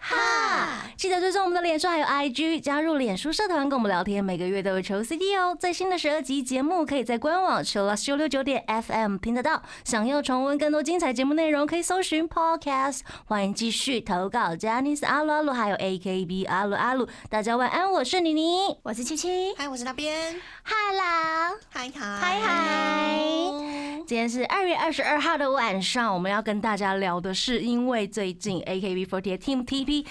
哈，记得追踪我们的脸书还有 IG，加入脸书社团跟我们聊天，每个月都有抽 CD 哦。最新的十二集节目可以在官网 Chillus 九六九点 FM 听得到。想要重温更多精彩节目内容，可以搜寻 Podcast。欢迎继续投稿 j a n i c e 阿鲁阿鲁还有 AKB 阿鲁阿鲁，大家晚安，我是妮妮，我是七七，嗨，我是那边， Hello，嗨嗨嗨嗨今天是二月二十二号的晚上，我们要跟大家聊的是，因为最近 AKB48 Team TP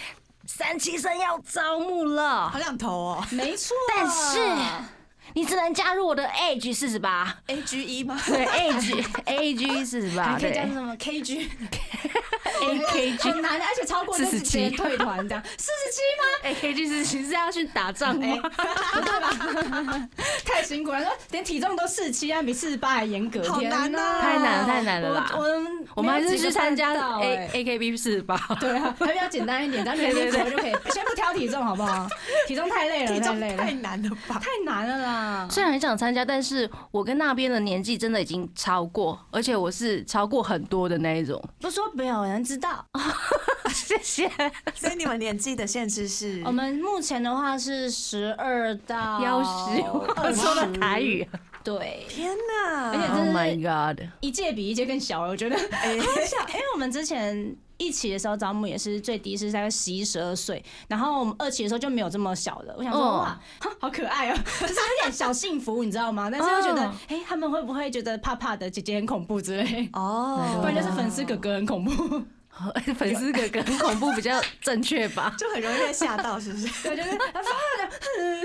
三七生要招募了，好两头哦没错， 但是啊你只能加入我的 Age 四十八， ，A G E 吗？对 Age Age 四十八，还可以啊对叫什么 KG， AKG 很难的，而且超过就47是直接退团这样，四十七 吗？ AKG 四十七是要去打仗哎、吗？不对吧？ 太辛苦了，说连体重都四七，还比四十八还严格，好难啊太难了太难了啦哎我我们我们还是去参加没有几个办到 A 哎 AKB 四十八，对啊，还比较简单一点，咱们对对练对口就可以，先不挑体重好不好？体重太累了，体太重累了，太难了吧？太难了啦。虽然很想参加，但是我跟那边的年纪真的已经超过，而且我是超过很多的那一种。 不说没有人知道，谢谢， 所以你们年纪的限制 是我们目前的话是十二 到要死我， 20说了台语。对，天哪！而且 Oh 真 my 的 god！一届比一届更小了，我觉得 好小，因为我们之前。一期的时候招募也是最低是大概十一十二岁，然后我们二期的时候就没有这么小了。我想说嗯哇，哈好可爱哦、 就是有点小幸福，你知道吗？但是又觉得嗯哎、诶他们会不会觉得怕怕的姐姐很恐怖之类？哦不然就是粉丝哥哥很恐怖。 粉丝哥哥很恐怖比较正确吧 ？就很容易被吓到，是不是？ 对，就是啊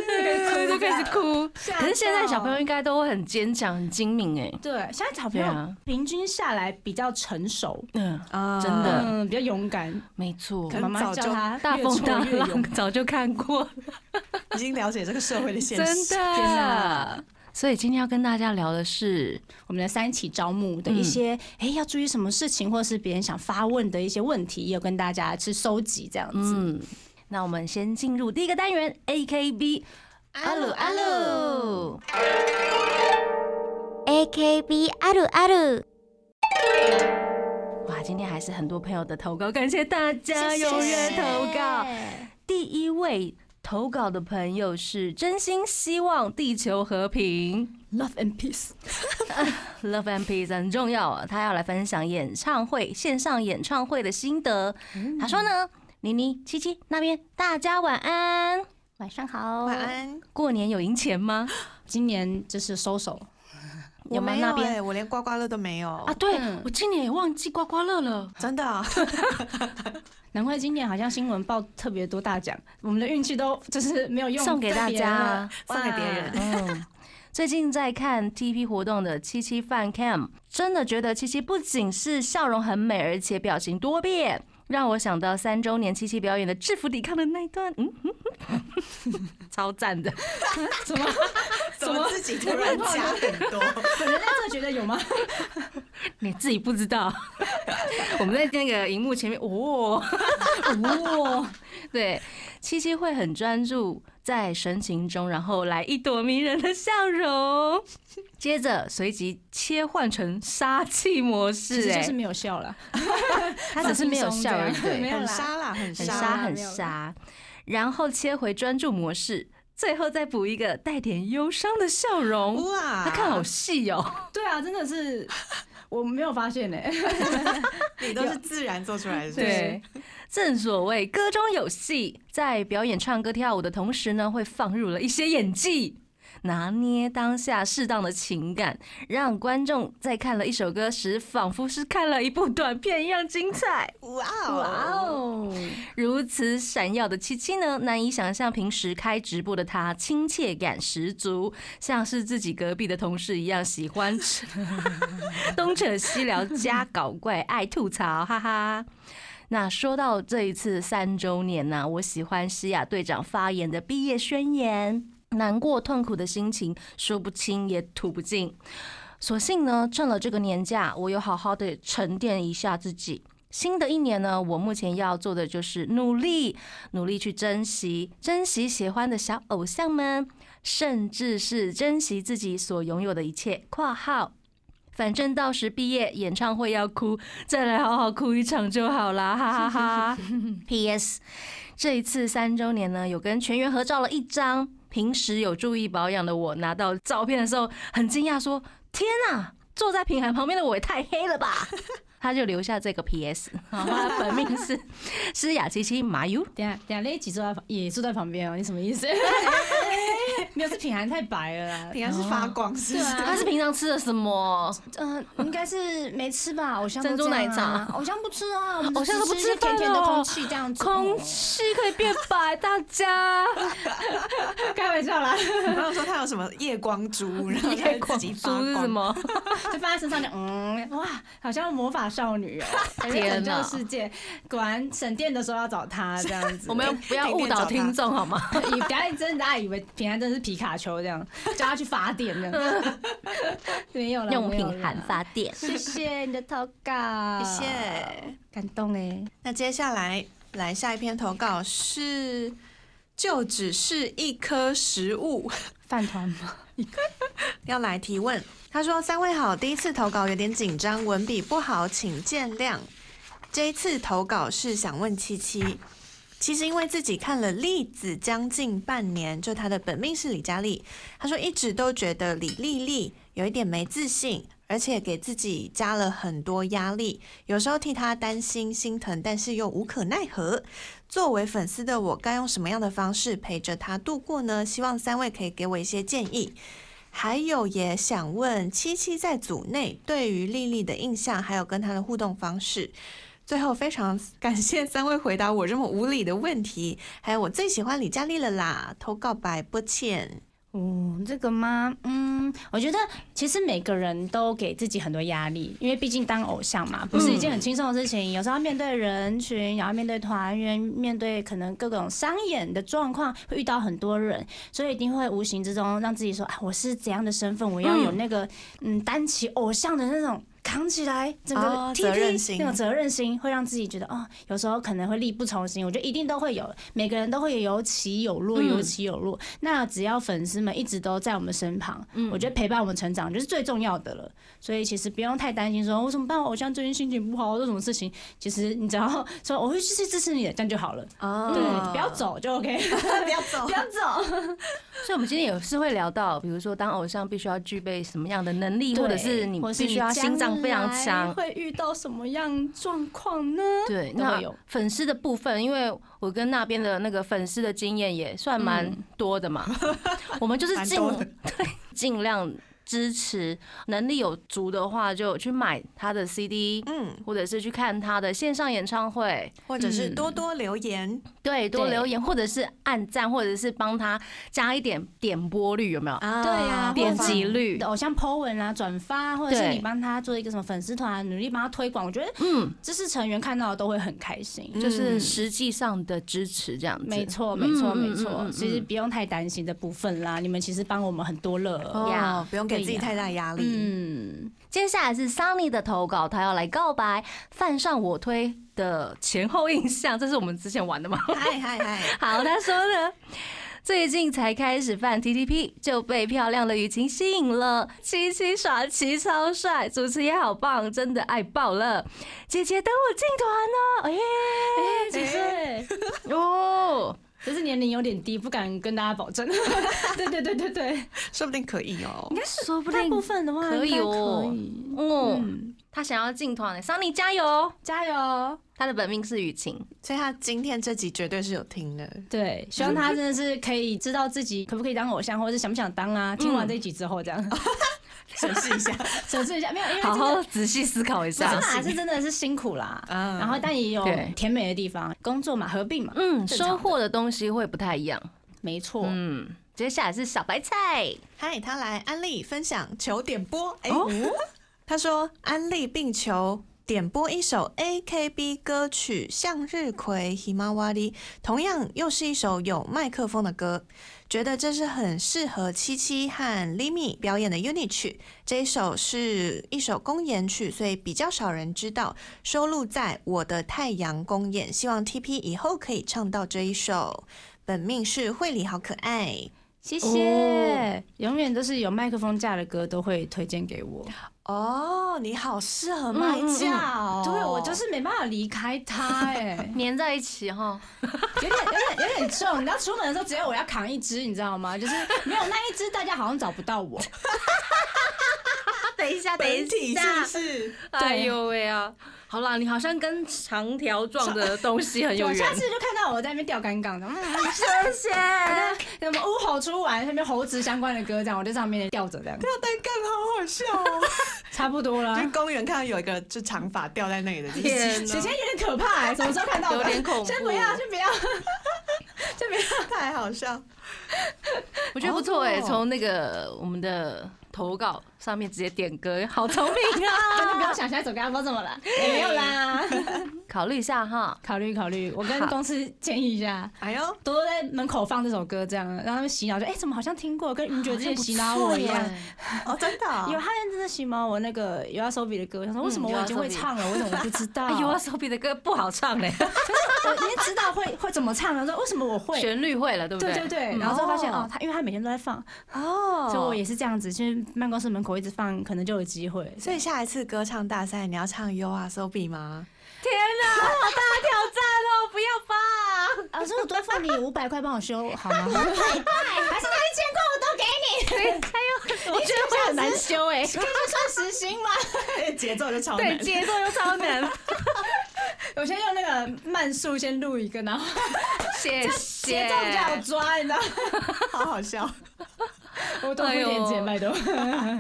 对，就开始哭。吓到可是现在小朋友应该都会很坚强、很精明哎。对，现在小朋对友啊，平均下来比较成熟，嗯，啊真的嗯，比较勇敢。没错可。能妈妈早叫就他大越风挫大越浪勇早就看过了，已经了解这个社会的现真实。的。所以今天要跟大家聊的是，我们的三期招募的一嗯些，哎、要注意什么事情，或者是别人想发问的一些问题，也有跟大家去收集这样子。嗯，那我们先进入第一个单元 A K B 阿鲁阿鲁。 AKB あるある哇，今天还是很多朋友的投稿，感谢大家踊跃投稿。第一位投稿的朋友是真心希望地球和平 Love and peace， ，Love and Peace 很重要啊。他要来分享演唱会线上演唱会的心得。他说呢，妮妮、七七那边大家晚安，晚上好晚。安，过年有赢钱吗？今年就是收手我吗没那有边哎，我连刮刮乐都没有啊，，对嗯我今年也忘记刮刮乐了。真的啊。难怪今年好像新闻报特别多大奖，我们的运气都就是没有用，送给大家啊送给别人哇。嗯， 最近在看 TP 活动的七七 Fan Cam，真的觉得七七不仅是笑容很美，而且表情多变，让我想到三周年七七表演的制服抵抗的那一段，嗯， 嗯嗯超赞的。怎么 怎么自己突然加很 多？本人在这觉得有吗？你自己不知道， 我们在那个荧幕前面， 哦，哇，对，七七会很专注在神情中，然后来一朵迷人的笑 容，接着随即切换成杀气模其式、实哎，就是没有笑了，他只是没有笑而已，放轻松这对样没有很啦沙啦，很很沙。沙没有很沙，然后切回专注模式，最后再补一个带点忧伤的笑容。哇，他看好细哦，对啊，真的是我没有发现欸呢、你都是自然做出来的，是不是对，正所谓歌中有戏，在表演唱歌跳舞的同时呢，会放入了一些演技，拿捏当下适当的情感，让观众在看了一首歌时，仿佛是看了一部短片一样精彩。哇哇哦，哦，如此闪耀的七七呢，难以想象平时开直播的他亲切感十足，像是自己隔壁的同事一样，喜欢 东扯西聊加搞怪，爱吐槽，哈哈。那说到这一次三周年呢、我喜欢西亚队长发言的毕业宣言，难过痛苦的心情说不清也吐不尽。所幸呢，趁了这个年假，我有好好的沉淀一下自己，新的一年呢，我目前要做的就是努力，努力去珍惜，珍惜喜欢的小偶像们，甚至是珍惜自己所拥有的一切。（括号）反正到时毕业演唱会要哭，再来好好哭一场就好啦，哈哈哈 P.S. 这一次三周年呢，有跟全员合照了一张。平时有注意保养的我，拿到照片的时候很惊讶，说：“天啊，坐在品涵旁边的我也太黑了吧！”他就留下这个 P.S. 好吗？他本命是施雅琪琪麻油。等一下等一下，那一集坐在旁也坐在旁边哦，你什么 意思？没有，是品涵太白了啦。平安是发光，是不是？他是平常吃的什么？嗯、应该是没吃吧， 偶像珍珠都这样奶啊茶偶像不吃啊，我们偶像都不只吃一些吃饭甜甜的哦空气这样 子，空气可以变白，大 家。 开玩笑啦， 然后说他有什么夜光珠，然后夜自光己珠发是什光。么？ 就放在身上就嗯，哇，好像魔法少女 哦，感觉天拯哪救世界，果然省电的时候要找她这 样子。我们要不要误导听众好吗？以不要真的大家以为平安真的是皮卡丘这样，叫他去罚点 这样，没有了，用没有啦品涵。发电。谢谢你的投啊稿，谢谢。感动哎，那接下来来下一篇投稿是，就只是一颗食物。饭团吗？要来提问。他说：“三位好，第一次投稿有点紧张，文笔不好，请见谅。这一次投稿是想问七七，其实因为自己看了栗子将近半年，就他的本命是李佳丽，他说一直都觉得李丽丽有一点没自信，而且给自己加了很多压力，有时候替她担心心疼，但是又无可奈何。作为粉丝的我，该用什么样的方式陪着她度过呢？希望三位可以给我一些建议。”还有也想问七七在组内对于丽丽的印象，还有跟她的互动方式。最后非常感谢三位回答我这么无理的问题，还有我最喜欢李佳丽了啦，投告白不欠。哦，这个吗？嗯，我觉得其实每个人都给自己很多压力，因为毕竟当偶像嘛，不是一件嗯很轻松的事情。有时候要面对人群，然后面对团员，面对可能各种商演的状况，会遇到很多人，所以一定会无形之中让自己说啊，我是怎样的身份，我要有那个嗯担起偶像的那种。扛起来，整哦个 T 责任 T 心那种责任心，会让自己觉得哦，有时候可能会力不从心。我觉得一定都会有，每个人都会有起有落，嗯有起有落。那只要粉丝们一直都在我们身旁，我觉得陪伴我们成长就是最重要的了。所以其实不用太担心说，我怎哦么办？我偶像最近心情不好，做什么事情？其实你只要说我会去支持你的，这样就好了。哦对，不要，走就 OK，不要走嗯不，要 走。 所以，我们今天也是会聊到，比如说，当偶像必须要具备什么样的能力，或者是你或必须要心脏非常将来强。会遇到什么样状况呢？对，都那会有粉丝的部分，因为我跟那边的那个粉丝的经验也嗯算蛮多的 嘛，我们就是蛮尽多的 对尽量支持，能力有足的话就去买他的 CD，嗯，或者是去看他的线上演唱会，或者是多多留言，对，多对留言或者是按赞，或者是帮他加一点点播率，有没有？啊嗯对呀点击率，偶像 po 文啊、转发，或者是对你帮他做一个什么粉丝团，努力帮他推广，我觉得嗯，这是成员看到的都会很开心。就是实际上的支持这样子。嗯没错，没错，嗯没嗯嗯错嗯。其实不用太担心这部分啦，你们其实帮我们很多了。哦呀，不用给自己太大压力。嗯，接下来是 Sunny 的投稿，他要来告白，犯上我推的前后印象，这是我们之前玩 的吗？嗯嗨嗨嗨，好，他说呢，最近才开始犯 TTP，就被漂亮的雨晴吸引了。七七耍奇超帅，主持也好棒，真的爱爆了。姐姐等我进团哦，哎几岁？耶、哦，只是年龄有点低，不敢跟大家保 证。对对对对对，说不定可以哦。说不大定部分的话可以哦应该可以哦，嗯，他想要进团，Sunny 加油！哦加油！他的本命是雨晴，所以他今天这集绝对是有听 的。对，希望他真的是可以知道自己可不可以当偶像，或者是想不想当嗯啊。听完这一集之后，这样审视一下，审视一下，没有，因为哦好真好的仔细思考一不是下。啦，是真的是辛苦啦。嗯然后但也有啊对甜美的地方，工作嘛，合并嘛，嗯，正常收的获的东西会不太一样。没错。嗯，接下来是小白菜，，嗨，嗯他来安利分享求点播。哎、他说安利并求点播一首 AKB 歌曲《向日葵 Himawari》，同样又是一首有麦克风的歌，觉得这是很适合七七和 Limi 表演的 UNI 曲。这一首是一首公演曲，所以比较少人知道，收录在《我的太阳公演》，希望 TP 以后可以唱到这一首。本命是惠理，好可爱。谢谢，哦永远都是有麦克风架的歌都会推荐给我。哦，你好适合卖架哦、对我就是没办法离开它，哎粘在一起哈， 有点有点有点重。你知道出门的时候，只有我要扛一只，你知道吗？就是没有那一只，大家好像找不到我。啊等一 下，等本体一是下不，是？哎呦喂啊！好啦，你好像跟长条状的东西 很有我缘下。次就看到我在那边吊杆杠的，嗯，谢谢。什么乌吼出完，那边猴子相关的歌，这样我就上面吊着这样，吊带杆好好笑 哦！差不多了就。公园看到有一个就长发吊在那里的，天姐哪！姐有点可怕、欸，什么时候看到的？有点恐怖先不要，先不要，这 边 太好笑。 我觉得不错哎，哦从那个我们的投稿上面直接点歌，好聪明 真的不啊！要想下一首歌，不知道怎么了，哎没有啦。考虑一下哈。考虑考虑，我好跟公司建议一下，哎呦，多多在门口放这首歌，这样让他们洗脑，就哎、怎么好像听过，跟云觉爵得之前洗脑我一样。哦，真的哦、有他认真的洗脑我那个 U S O B 的歌，我想说为什么嗯我已经会唱了，为什么我不知 道？哎呦，手比的歌不好唱嘞，我已经知道会会怎么唱了，说为什么我会？旋律会了，对不对对对对，嗯然后就发现哦哦，他因为他每天都在放，哦，所以我也是这样子，去办公室门口一直放，可能就有机会。所以下一次歌唱大赛你要唱 U R So B 吗？天哪，好大的挑战哦！不要吧，老师，我多付你五百块，帮我修好吗？五百块，还哎是那一千块我都给你。我觉得会很难修哎。可以去算时薪 吗？节奏就超对，节奏又超难，我先用那个慢速先录一个，然 后谢谢。节奏比较好抓，你知道吗？ 好好 笑。我多付一点钱，拜托。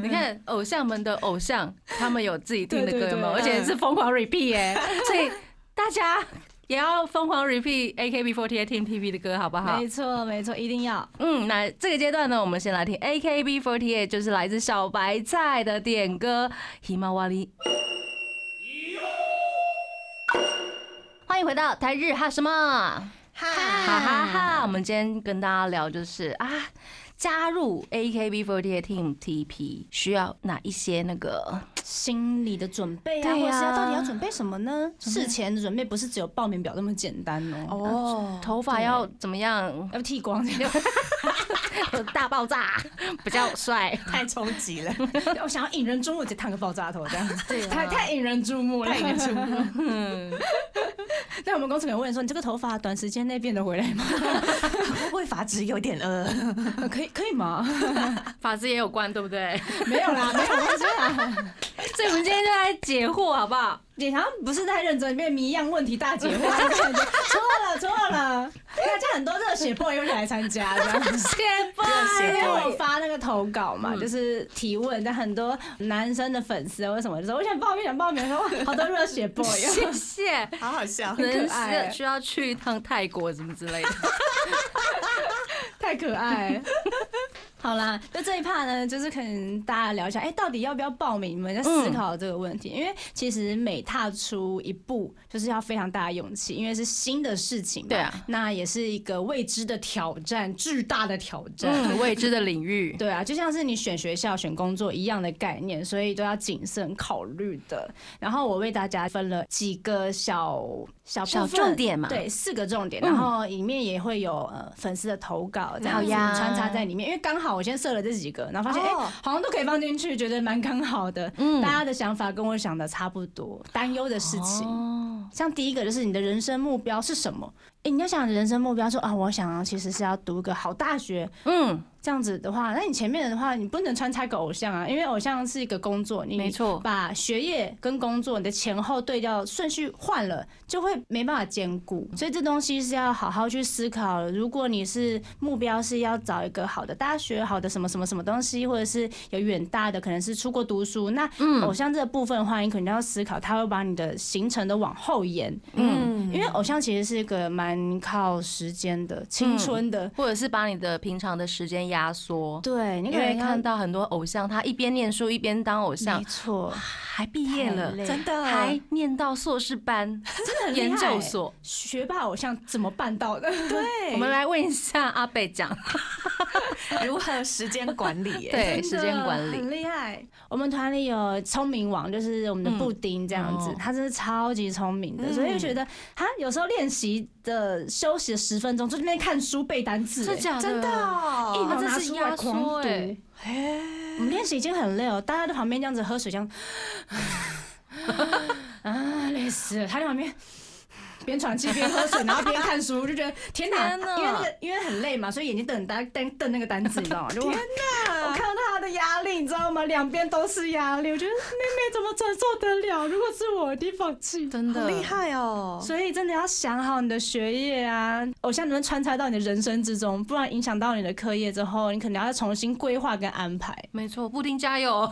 你看偶像们的偶像，他们有自己听的对对歌嘛，对而且是疯狂 repeat 耶、所以大家也要疯狂 repeat AKB48 Team TP 的歌，好不好？错，没错，一定要。嗯，那这个阶段呢，我们先来听 AKB48，就是来自小白菜的点歌《Himawari》。欢迎回到台日哈什么？哈哈，哈哈！我们今天跟大家聊就是啊，加入 AKB48 Team TP 需要哪一些那个心理的准备啊，对或呀者是要到底要准备什么呢？事前的准备不是只有报名表那么简单哦，哦，头发要怎么样？ 要剃光，大爆炸 比较帅， 太冲击了，我想要引人注目，直接烫个爆炸头 这样，对啊太太引人注目了。嗯太出 目。那我们公司可能问说，你这个头发短时间内变得回来吗？ 会发质有点呃，可以可以吗？发质也有关，对不对？ 没有啦，没有啦，这样。 所以我们今天就来解惑，好不好？你好像不是太认真，变谜样问题大解惑， 错了错了，大家很多热血 boy 又来参加，这样子。谢 哎因为拜。我发那个投稿嘛，就是提问，但很多男生的粉丝啊为什么就说我想报名，想报名，说哇，好多热血 boy，哦谢谢， 好好笑可。能可爱是需要去一趟泰国什么之类的。 太可爱。 好啦，那这一趴呢，就是可能大家聊一下，哎、到底要不要报名？你们在思考这个问题，因为其实每踏出一步，就是要非常大的勇气，因为是新的事情 嘛，对啊，那也是一个未知的挑战，巨大的挑战。嗯，未知的领域。对啊，就像是你选学校、选工作一样的概念，所以都要谨慎考虑的。然后我为大家分了几个小小 部小分重点嘛对，四个重点，嗯然后里面也会有呃粉丝的投稿，这样好子呀穿插在里面。因为刚好我先设了这几个，然后发现哎、哦好像都可以放进去，觉得蛮刚好的。嗯大家的想法跟我想的差不多，担忧的事情。哦，像第一个就是你的人生目标是什么？哎、你要想人生目标说啊，我想要其实是要读一个好大学，嗯，这样子的话，那你前面的话，你不能穿插一个偶像啊，因为偶像是一个工作，你没错把学业跟工作你的前后对调顺序换了，就会没办法兼顾，所以这东西是要好好去思考。如果你是目标是要找一个好的大学有好的什么什么什么东西，或者是有远大的，可能是出国读书。那偶像这个部分的话，你可能要思考，他会把你的行程都往后延，嗯，因为偶像其实是一个蛮靠时间的、青春的。或者是把你的平常的时间压缩。嗯对，你可因为能要看到很多偶像，他一边念书一边当偶像啊没，错，还毕业太了，累真的还念到硕士班、真的很厉研究害所。学霸偶像怎么办到的？对，我们来问一下阿贝 讲，如何时间管理、耶？ 对时间管理，很厉害。我们团里有聪明王，就是我们的布丁这样子，嗯哦他真的超级聪明的，嗯所以就觉得他有时候练习的休息十分钟，就在那边看书背单词、是欸，假的？啊真的、一哦，秒这拿是出压来缩狂读。欸我们练习已经很累了，大家在旁边这样子喝水，这样 啊，累死了。他在旁边。边喘气边喝水，然后边看书，就 觉得天哪！天哪因为那个因为很累嘛，所以眼睛瞪很大瞪瞪那个单词，你知道吗？就哇我看到他的压力，你知道吗？两边都是压力，我觉得妹妹怎么承受得了？如果是我，我一定放弃。真好的厉害哦！所以真的要想好你的学业啊，偶像能不能穿插到你的人生之中，不然影响到你的课业之后，你可能要重新规划跟安 排。没错，布丁加油！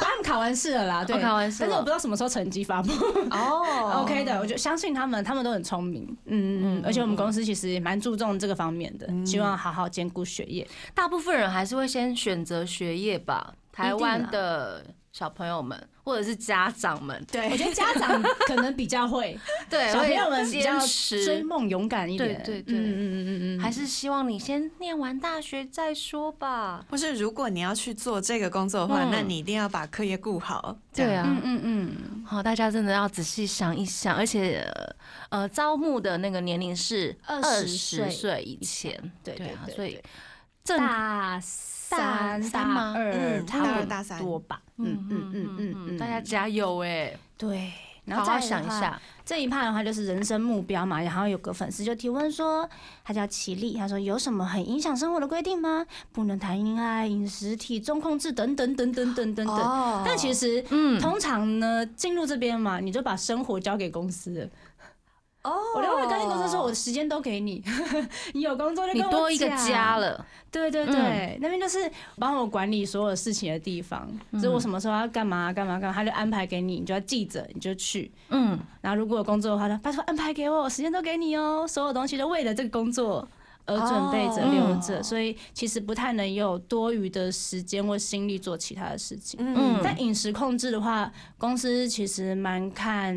他们考完试了啦，对，哦考完试了但是我不知道什么时候成绩发布。哦 OK 的，我就相信他们，他们都很聪明，嗯，嗯嗯而且我们公司其实也蛮注重这个方面的，希望好好兼顾学业。大部分人还是会先选择学业吧，台湾的小朋友们或者是家长们，我对，觉得家长可能比较 会，对，小朋友们会比较坚追持，梦勇敢一点，对对对嗯嗯嗯嗯嗯，还是希望你先念完大学再说吧。或是如果你要去做这个工作的话，嗯那你一定要把课业顾好。这样对啊嗯嗯嗯，好，大家真的要仔细想一想，而且呃，呃招募的那个年龄是二20十岁以前，对对啊，对，所以对正大三大三吗大二嗯差不大多二大三多吧，嗯嗯嗯嗯嗯，大家加油哎，对。然好后好再来想一的话下，这一趴的话就是人生目标嘛，然后有个粉丝就提问说，他叫齐丽，他说有什么很影响生活的规定吗？不能谈恋爱、饮食、体重控制等等等等等等等。哦但其实，嗯通常呢，进入这边嘛，你就把生活交给公司了。哦，我都会跟公司说，我的时间都给你， 你有工作就你跟我多一个讲家了，对对对，那边就是帮我管理所有事情的地方，就是我什么时候要干嘛干嘛干嘛，他就安排给你，你就要记着，你就去。嗯，然后如果有工作的话呢，拜托安排给我，时间都给你哦，所有东西都为了这个工作而准备着、哦留着，所以其实不太能有多余的时间或心力做其他的事情。嗯嗯，但饮食控制的话，公司其实蛮看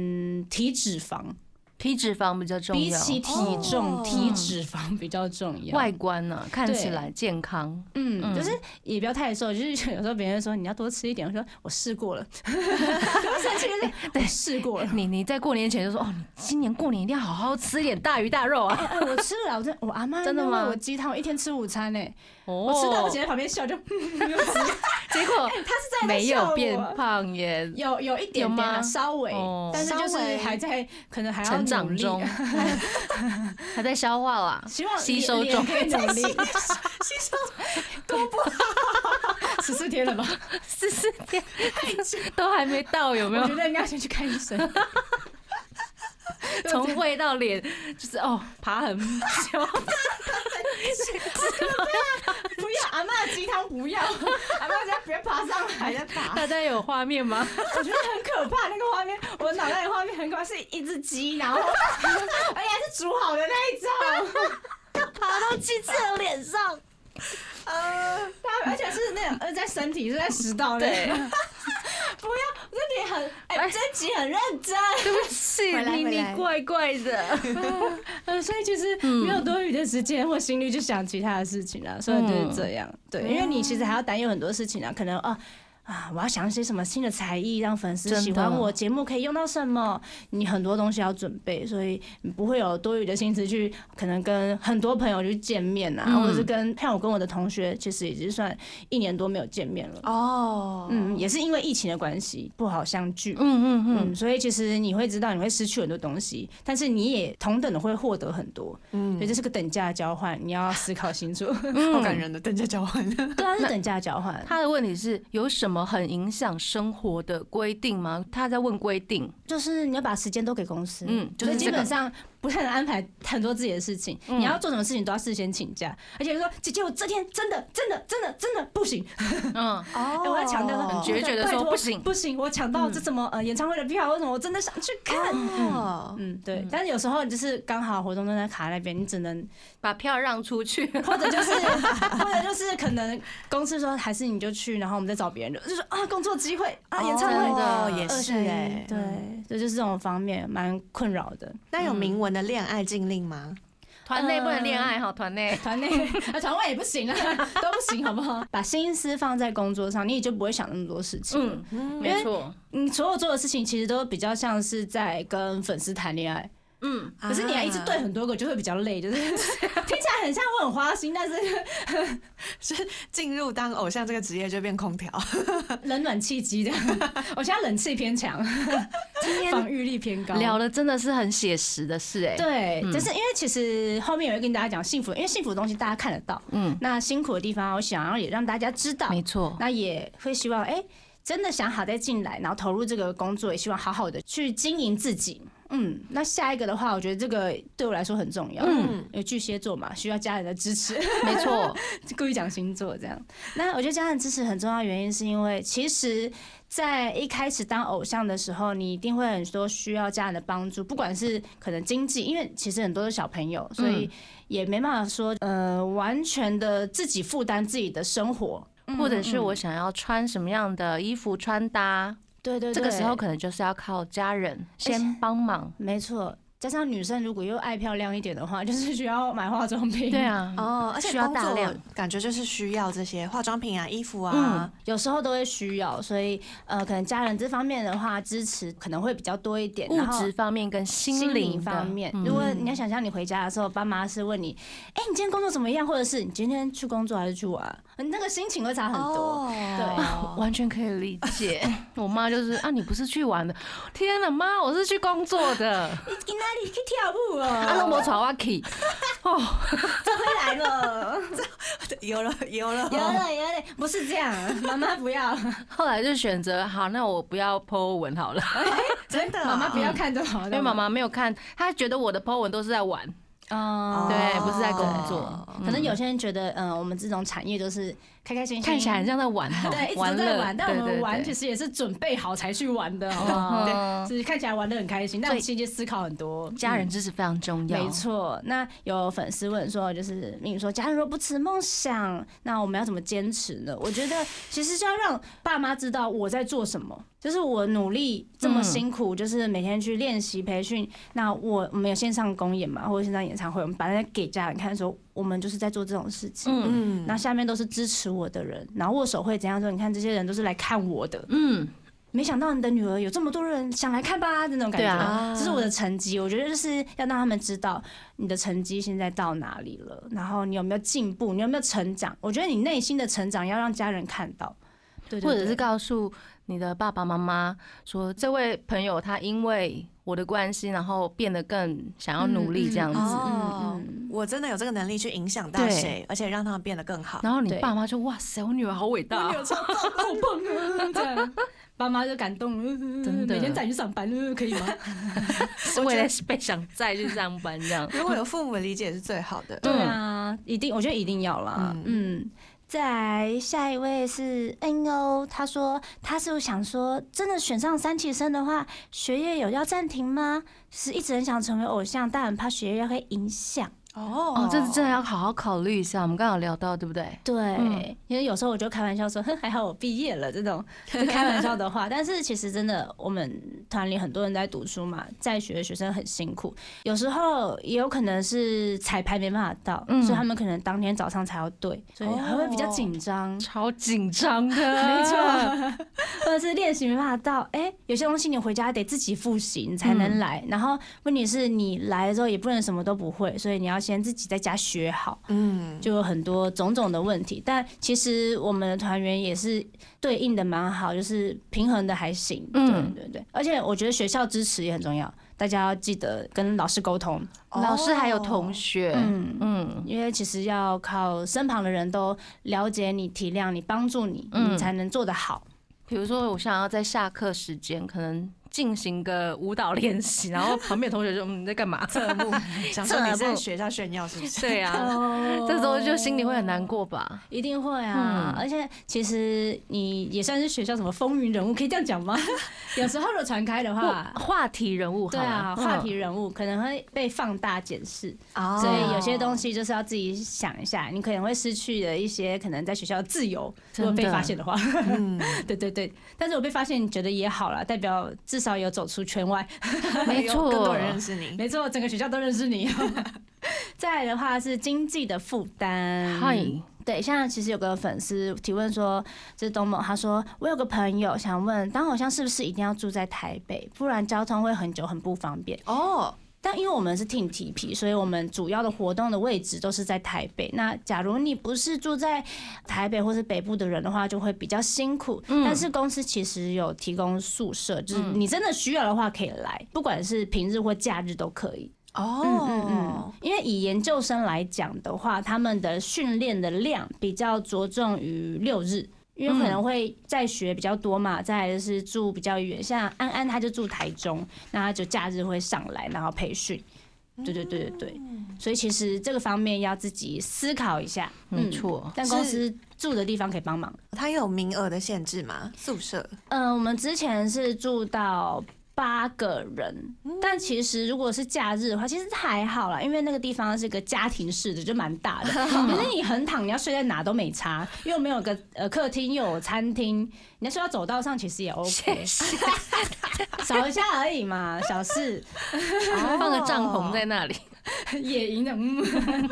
体脂肪，体脂肪比较重比要，起体重，哦体脂肪比较重要。外观呢、看起对来健康，嗯，嗯就是也不要太瘦，就是有时候别人说你要多吃一点，我说我试过了， 生气就是对试过了，你你在过年前就说哦，你今年过年一定要好好吃一点大鱼大肉啊！哎，我吃了，我真我阿妈真的因为吗我鸡汤，我一天吃午餐呢，哦，我吃到我姐 在旁边笑，就没有吃结果她是在没有变胖，胖耶，有有一点有点啊，吗稍微哦，但是就稍微是还在可能还要成努长力 中，还在消化啦。希望吸脸收脸中可以 努力，吸收多不好，十四天了吧？四四天 都还没到，有没我有觉？得应该先去看医 生。从胃到脸，就是哦，爬很久。不要阿妈鸡汤，不要阿妈家别爬上还来，在爬，大家有画面吗？我觉得很可怕。那个画面，我脑袋里画面很可怕，是一只鸡，然后 而且还是煮好的那一种， 爬到鸡翅的脸上，呃，它而且是那种呃在身体是在食道内。对 不要，我这里很哎，这集很认真。对不起回来，你回你来怪怪的。呃，所以其实嗯没有多余的时间或心力去想其他的事情了，所以嗯就是这样。对，因为你其实还要担忧很多事情啊，可能啊。啊！我要想一些什么新的才艺，让粉丝真的喜欢我。节目可以用到什么？你很多东西要准备，所以你不会有多余的心思去可能跟很多朋友去见面啊，嗯或者是跟像我跟我的同学，其实已经算一年多没有见面了。哦，嗯，也是因为疫情的关系，不好相聚。嗯嗯嗯，嗯，所以其实你会知道你会失去很多东西，但是你也同等的会获得很多，嗯，所以这是个等价交换，你要思考清楚。嗯好感人的等价交换， 对啊，是等价交换。他的问题是有什么很影响生活的规定吗？他在问规定，就是你要把时间都给公司，嗯嗯所就以是基这个本上不太能安排很多自己的事情，你要做什么事情都要事先请假，而且就说姐姐，我这天真的真的真的真的不行，嗯，哦哦哎我要强调的很决绝地说不行不行，我抢到这什么呃演唱会的票，或什么我真的想去看。哦，嗯，对，但是有时候就是刚好活动正在卡那边，你只能把票让出去， 或者就是 或者就是可能公司说还是你就去，然后我们再找别人，就说啊工作机会啊演唱真会的哦也是二选一哎，对，这就是这种方面蛮困扰的。那有明文的恋爱禁令吗？团内不能恋爱哈，团内团内 啊，团外也不行 啊，都不行，好不好？把心思放在工作上，你也就不会想那么多事情。嗯，嗯，没错，你所有做的事情其实都比较像是在跟粉丝谈恋爱，嗯，可是你要一直对啊，很多个，就会比较累，就是 听起来很像我很花心，但是进入当偶像这个职业就变空调。冷暖气机的。 我现在冷气偏强，今防天御力偏高。聊的真的是很写实的事哎，对，嗯就是因为其实后面也会跟大家讲幸福，因为幸福的东西大家看得到，嗯，那辛苦的地方，我想要也让大家知道，没 错，那也会希望哎、真的想好再进来，然后投入这个工作，也希望好好的去经营自己。嗯，那下一个的话，我觉得这个对我来说很重要。嗯嗯，有巨蟹座嘛，需要家人的支持，没错，故意讲星座这样。那我觉得家人支持很重要，的原因是因为其实，在一开始当偶像的时候，你一定会很多需要家人的帮助，不管是可能经济，因为其实很多是小朋友，所嗯以也没办法说呃完全的自己负担自己的生活，或者嗯是我想要穿什么样的衣服穿搭，对对这对个时候可能就是要靠家人先帮忙，没错，加上女生如果又爱漂亮一点的话，就是需要买化妆品。对，啊，哦，而且需要工大作量感觉就是需要这些化妆品啊、衣服啊。有时候都会需要，所以呃，可能家人这方面的话，支持可能会比较多一点。物然后质方面跟心心灵灵的方面，嗯如果你要想象你回家的时候，爸妈是问你，哎、你今天工作怎么样，或者是你今天去工作还是去玩，你那个心情会差很哦多。啊完全可以 理解。我妈就是啊，你不是去玩的，天哪，妈，我是去工作的。 你哪里去跳舞哦啊，了？那我吵我起，回来了，对，有了有 了哦有了有了，不是 这样，妈妈不要，后来就选择好，那我不要 po 文好 了，真的妈妈不要看就好了。因为妈妈没有看，她觉得我的 po 文都是在玩，哦，对，不是在工作。可能有些人觉得，嗯、我们这种产业就是开开心心，看起来很像在玩 哈，对，一直玩都在乐玩，但我对们对玩对其实也是准备好才去玩的，好不好？嗯对，就是看起来玩的很开心，但所以其实思考很多。家人嗯支持非常重要，没。错，那有粉丝问说，就是命说，家人若不辞梦想，那我们要怎么坚持呢？我觉得其实就要让爸妈知道我在做什么，就是我努力这么辛苦，就是每天去练习培训。那我我们有线上公演嘛，或者线上演唱会，我们把它给家人看，说我们就是在做这种事情。嗯嗯那下面都是支持我的人，然后握手会怎样说？你看这些人都是来看我的，嗯，没想到你的女儿有这么多人想来看吧，那种感对觉。啊这是我的成绩，我觉得就是要让他们知道你的成绩现在到哪里了，然后你有没有进步，你有没有成长。我觉得你内心的成长要让家人看到，对对或者对是告诉你的爸爸妈妈说，这位朋友他因为我的关系，然后变得更想要努力这样子。哦嗯嗯，我真的有这个能力去影响到对谁，而且让他们变得更好。。然后你对爸妈就哇塞，我女儿好伟大我啊，女儿 超棒， 好棒啊！这样，爸妈就感动了，真的每天载你去上班，呃可以吗？是为了被想再去上班这样如果有父母的理解是最好的。对啊，一定，我觉得一定要啦。嗯，再下一位是 N O，他说他是想说，真的选上三期生的话，学业有要暂停吗？就是一直很想成为偶像，但很怕学业会影响。哦哦，这是真的要好好考虑一下。我们刚刚有聊到，对不对？对，嗯因为有时候我就开玩笑说，哼， 还好我毕业了这 种就开玩笑的话，但是其实真的，我们团里很多人在读书嘛，在学的学生很辛苦，有时候也有可能是彩排没办法到，嗯所以他们可能当天早上才要对，所以还会比较紧张。超紧张的，没 错，或者是练习没办法到，哎、有些东西你回家得自己复习，你才嗯能来。然后问题是你来了之后也不能什么都不会，所以你要先自己在家学好，嗯，就有很多种种的问题。但其实我们的团员也是对应的蛮好，就是平衡的还行。嗯嗯，对对对。而且我觉得学校支持也很重要，大家要记得跟老师沟通。哦老师还有同学，嗯。嗯，因为其实要靠身旁的人都了解你、体谅你、帮助你，嗯你才能做得好。比如说我想要在下课时间，可能进行个舞蹈练习， 然后旁边的同学就嗯你在干嘛？哦侧 目，想说你在学校炫耀是不是？对啊， 哦 这时候就心里会很难过吧？一定会啊！嗯而且其实你也算是学校什么风云人物，可以这样讲吗？有时候如果传开 的话话，话题人物好哦对了，啊，啊嗯话题人物可能会被放大检视，哦所以有些东西就是要自己想一下，你可能会失去了一些可能在学校的自由，如真的果被发现的话， 嗯，对对对。但是我被发现，觉得也好了，代表至少有走出圈外，没有错，哎更多人认识你。没错，整个学校都认识你。 再来的话是经济的负担，嗨，对，像其实有个粉丝提问说，这是东某，他说我有个朋友想问，当偶像是不是一定要住在台北，不然交通会很久很不方便？哦，但因为我们是 Team TP，所以我们主要的活动的位置都是在台北。那假如你不是住在台北或是北部的人的话，就会比较辛苦。嗯但是公司其实有提供宿舍，就是嗯你真的需要的话可以来，不管是平日或假日都可以。哦，嗯嗯嗯，因为以研究生来讲的话，他们的训练的量比较着重于六日。因为可能会在学比较多嘛，再来就是住比较远，像安安他就住台中，那他就假日会上来然后培训，对对对对对，所以其实这个方面要自己思考一下，没嗯，错，但公司住的地方可以帮忙。它有名额的限制吗？宿舍？嗯，我们之前是住到八个人，但其实如果是假日的话，其实还好啦，因为那个地方是个家庭式的，就蛮 大的。可是你横躺，你要睡在哪都没差，又没有个呃客厅，又有餐厅，你要睡到走道上其实也 OK，扫一下而已嘛，小事。放个帐篷在那里， 野营的，嗯，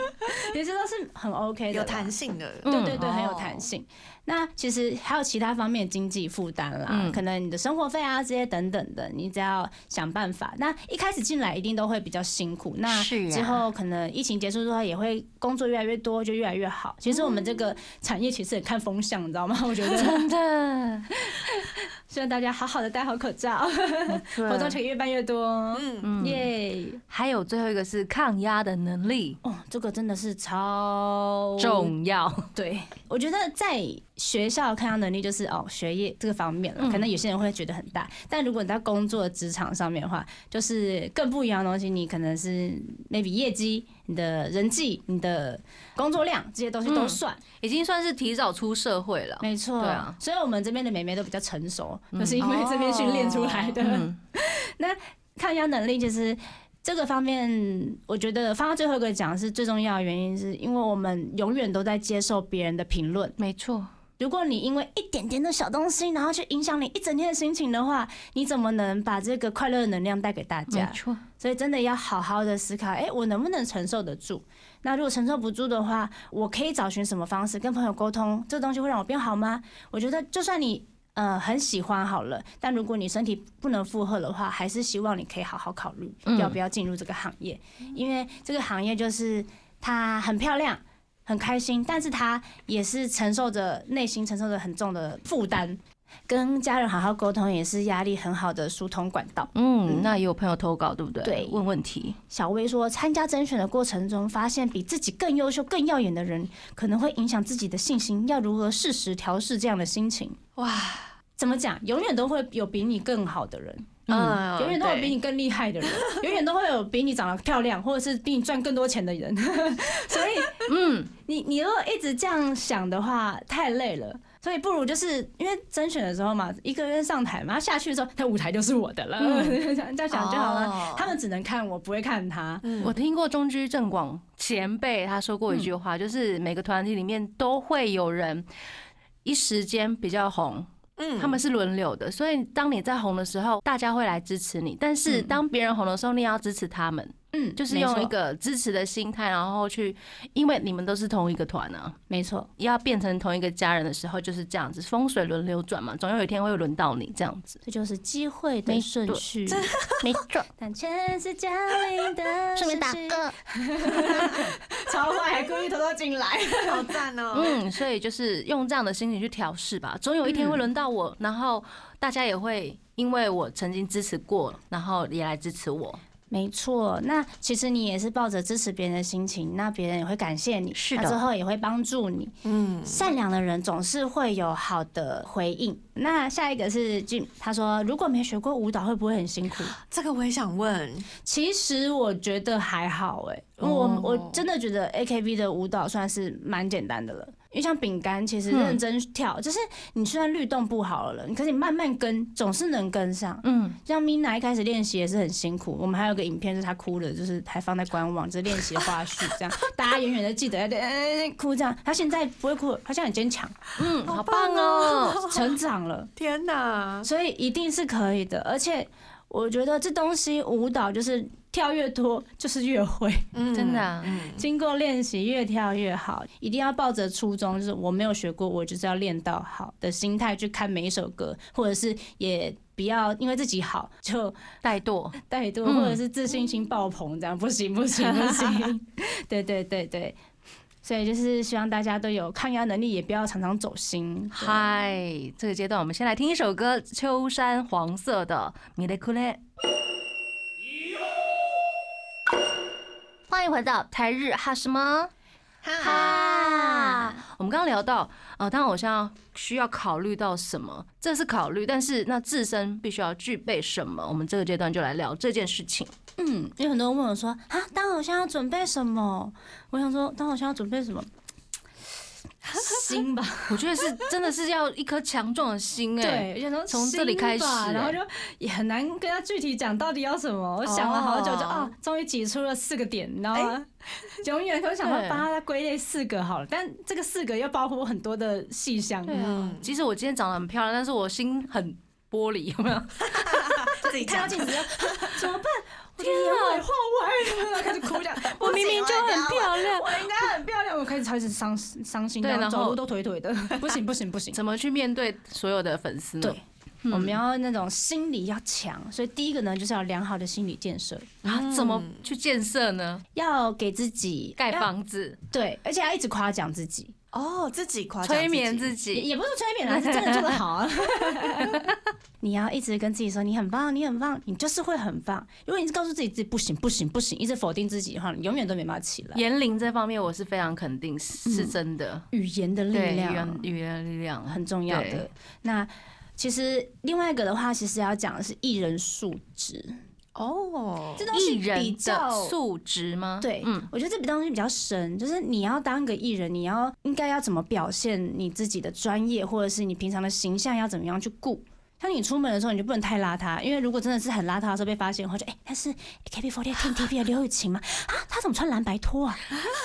其实都是很 OK 的啦，有弹性的，嗯对对对，很有哦弹性。那其实还有其他方面的经济负担啦，嗯可能你的生活费啊这些等等的，你只要想办法。那一开始进来一定都会比较辛苦，那是啊呀之后可能疫情结束之后也会工作越来越多，就越来越好。其实我们这嗯个产业其实很看风向，你知道吗？ 我觉 得，哦真的，希望大家好好的戴好口罩，活动可以越办越多。嗯，啊嗯，耶！还有最后一个是抗压的能力哦，这个真的是超重要， 对，我觉得在学校抗压能力就是哦学业这个方面了，嗯可能有些人会觉得很大，但如果你在工作职场上面的话，就是更不一样的东西。你可能是 maybe 业绩、你的人际、你的工作量这些东西都算，已经算是提早出社会了。没错。嗯对啊所以我们这边的美眉都比较成熟，就是因为这边训练出来的。 嗯，抗压能力其实这个方面，我觉得放到最后一个讲是最重要的原因，是因为我们永远都在接受别人的评论。没错，如果你因为一点点的小东西，然后去影响你一整天的心情的话，你怎么能把这个快乐的能量带给大没家？错，所以真的要好好的思考，哎、我能不能承受得住？那如果承受不住的话，我可以找寻什么方式跟朋友沟通？这东西会让我变好吗？我觉得就算你呃很喜欢好了，但如果你身体不能负荷的话，还是希望你可以好好考虑嗯要不要进入这个行业，因为这个行业就是它很漂亮。很开心，但是它也是承受着内心承受着很重的负担，跟家人好好沟通也是压力很好的疏通管道。嗯，那也有朋友投稿，对不对？对问问题，小薇说，参加甄选的过程中，发现比自己更优秀、更耀眼的人，可能会影响自己的信心。要如何适时调试这样的心情？哇，怎么讲？永远都会有比你更好的人，嗯，嗯，永远都有对比你更厉害的人，永远都会有比你长得漂亮，或者是比你赚更多钱的人。 所以，嗯，你你如果一直这样想的话，太累了。所以不如就是因为甄选的时候嘛，一个月上台嘛，下去的时候，他舞台就是我的了， 这样这样想就好了嗯哦。嗯他们只能看我，不会看他。我听过中居正广前辈他说过一句话，就是每个团体里面都会有人一时间比较红，嗯他们是轮流的，所以当你在红的时候，大家会来支持你，但是嗯当别人红的时候，你也要支持他们，嗯，就是用一个支持的心态，然后去，因为你们都是同一个团啊。没错，要变成同一个家人的时候，就是这样子，风水轮流转嘛，总有一天会轮到你这样子。这就是机会的没顺对序。没 错，但全是降临的顺便打 顺序嗝。超坏，还故意偷偷进来。好赞 哦，嗯，所以就是用这样的心情去调试吧，总有一天会轮到我，然后大家也会因为我曾经支持过，然后也来支持我。 没错，那其实你也是抱着支持别人的心情，那别人也会感谢你，是那的之后也会帮助你。嗯，善良的人总是会有好的回应。那下一个是 Jim，他说如果没学过舞蹈会不会很辛苦？这个我也想问，其其实我觉得还好哎、我我真的觉得 A K B 的舞蹈算是蛮简单的了。因为像饼干，其实嗯认真跳，就是你虽然律动不好了，可是你慢慢跟，总是能跟上。嗯，像 Mina 一开始练习也是很辛苦，我们还有个影片就是她哭了，就是还放在官网，就是练习花絮这样， 大家远远的记得，呃哭这样。她现在不会哭了，她现在很坚强，嗯，好棒哦！成长了。天哪，所以一定是可以的。而且我觉得这东西舞蹈就是跳越多就是越会，嗯真的啊嗯经过练习越跳越好。一定要抱着初衷，就是我没有学过，我就是要练到好的心态去看每一首歌，或者是也。不要因为自己好就怠 惰，怠惰，嗯或者是自信心爆棚，这样不行不行不 行。对对对对，所以就是希望大家都有抗压能力，也不要常常走心。对嗨，这个阶段我们先来听一首歌，秋山黄色的《米勒库勒》。欢迎回到台日哈什么哈？我们刚刚聊到，呃，当偶像需要考虑到什么，这是考虑，但是那自身必须要具备什么？我们这个阶段就来聊这件事情。嗯，有很多人问我说啊，当偶像要准备什么？我想说，当偶像要准备什么？ 心吧，我觉得是真的是要一颗强壮的心哎、对，我想说从这里开始心吧然后欸就也很难跟他具体讲到底要什么。我想了好久就，哦啊，终于挤出了四个点，你知道吗？ 永远都想要对帮他归类四个好了，但这个四个又包括很多的细项。对啊，嗯即使我今天长得很漂亮，但是我心很玻璃，有没有？自己看到讲，镜子就 怎么办？我的眼尾画歪了，开始哭这样。我明 明就很漂亮，我应该很漂亮，我开始开始伤伤心，对然后然后走路都腿腿的，不 行不行不行。怎么去面对所有的粉丝呢？对我们要那种心理要强，所以第一个呢，就是要有良好的心理建设，啊，怎么去建设呢？要给自己盖要房子、对，而且要一直夸奖自己，哦，自己夸奖催眠自自也己，也不是催 眠啦，是真的做得好啊。你要一直跟自己说你很棒，你很棒，你就是会很棒。如果你是告诉自己自己不行不行不行，一直否定自己的话，你永远都没办法起来。言龄这方面我是非常肯定，是是真的。语言嗯的力对，语量言语言的力量很重要的对。那其实另外一个的话，其实要讲的是艺人素质，己哦这，东西艺比人的较。素质吗？对，嗯，我觉得这比东西比较深，就是你要当个艺人，你要应该要怎么表现你自己的专业，或者是你平常的形象要怎么样去顾。像你出门的时候，你就不能太邋遢，因为如果真的是很邋遢的时候被发现的话，就哎、他是 KB48 TTP 的刘雨晴吗？啊，她怎么穿蓝白拖啊？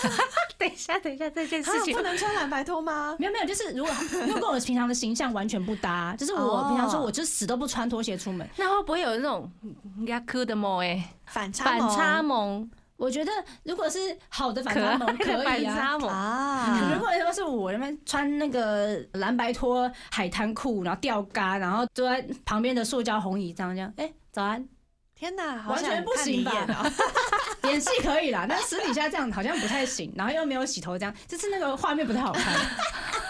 等一下，等一下，这件啊不能穿蓝白拖 吗？没有没有，就是如果如果跟我平常的形象完全不搭，就是我哦平常说我就死都不穿拖鞋出门， 那会不会有那种嗯人家磕的梦哎，反差反萌差萌，我觉得如果是好的 反可差爱萌的可反以啊。差萌，啊 嗯如，果要是我那边穿那个蓝白拖、海滩裤，然后吊嘎，然后坐在旁边的塑胶红椅上，这样，哎、早安，天哪，好完想全不看你行吧演哦，演戏可以啦，但私底下这样好像不太行，然后又没有洗头，这样就是那个画面不太好看。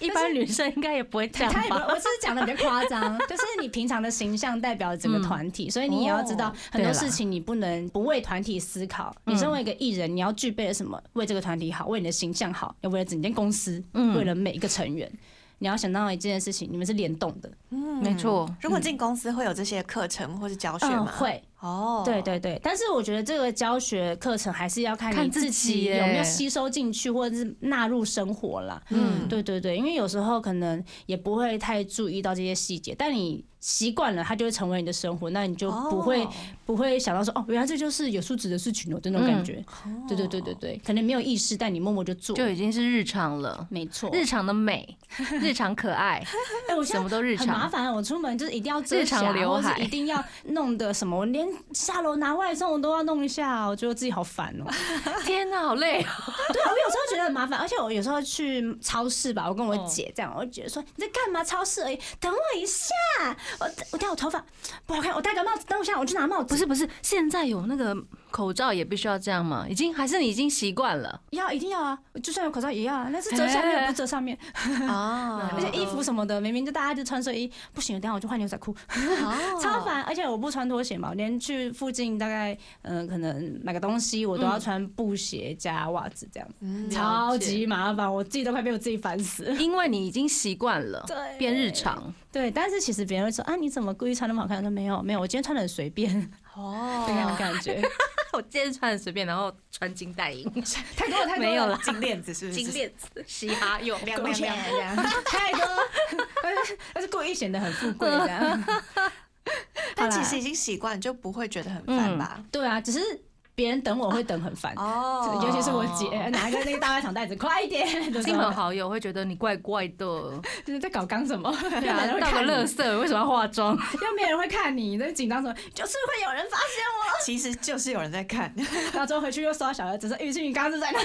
一般女生应该也不会这样他也不，吧？我只是讲的比较夸张， 就是你平常的形象代表整个团体，所以你也要知道很多嗯哦对啦嗯事情你不能不为团体思考。你身为一个艺人，你要具备了什么？为这个团体好，为你的形象好，要为了整间公司，嗯为了每一个成员。你要想到一件事情，你们是联动的，没错，嗯如果进公司会有这些课程或是教学嗯，吗？会，哦，对对对。但是我觉得这个教学课程还是要看看你自自己己耶有没有吸收进去，或者是纳入生活啦。嗯对对对，因为有时候可能也不会太注意到这些细节，但你习惯了，它就会成为你的生活，那你就不会、哦不会想到说哦，原来这就是有素质的事情哦，这种嗯感觉。对对对对对，可能没有意识，但你默默就做了，就已经是日常了。没错。日常的 美，日常可爱，哎，我什现在么都日很麻常。烦，我出门就是一定要遮日常瑕，刘或者海是一定要弄的什么，我连下楼拿外送我都要弄一下，我觉得自己好烦哦、天哪，好 累哦！对 啊，我有时候觉得很麻烦，而且我有时候去超市吧，我跟我姐这样，我就觉得说你在干嘛？超市而已，等我一下，我我戴我头发不好看，我戴个帽子，等我一下，我去拿帽子。不是不是，现在有那个口罩也必须要这样吗？已经还是你已经习惯了？要一定要啊，就算有口罩也要啊，那是遮下面不是遮上面，哦而且衣服什么的，明明就大家就穿睡衣，不行，等一下我就换牛仔裤，哦 超烦。而且我不穿拖鞋嘛，我连去附近大概嗯、呃可能买个东西，我都要穿布鞋加袜子这样子，嗯超级麻烦，我自己都快被我自己烦死了。因为你已经习惯了，对变日常。对，但是其实别人会说啊，你怎么故意穿那么好看？我说没有没有，我今天穿的很随便哦 的那种感觉， 我今天穿很随便，然后穿金戴 银、太多了，太多没有了金链子是不是？ 金链子、嘻哈用。亮亮亮亮亮。啊太多， 但是故意显得很富贵这样。 但其实已经习惯，就不会觉得很烦吧？对啊，只是别人等我会等很烦。哦尤其是我姐拿一个那个大外场袋子，快一 点！ 亲朋好友会觉得你怪怪 的，就是在搞刚什么，对 又没人啊，会倒个看垃你，圾，为什么要化 妆？又没人会看你，在紧张什么，就是会有人发现其实就是有人在看， 我。 然后之后回去又刷小儿子说：“玉清，你刚刚 是在啊哪？”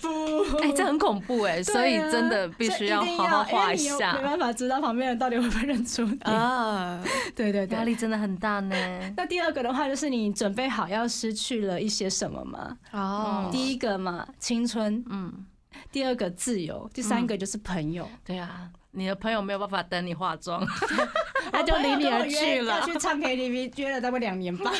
不，哎、这很恐怖哎、所以真的必须要好好画一定要因为你又没下，办法知道旁边人到底会不会认出你。啊， 对对对压。力真的很大呢。那第二个的话，就是你准备好要失去了一些什么吗？哦，第一个嘛，青春；嗯，第二个自由；第三个就是朋友，对啊，你的朋友没有办法等你化妆，他就离你而去了要去唱 KTV 约了大概两年吧，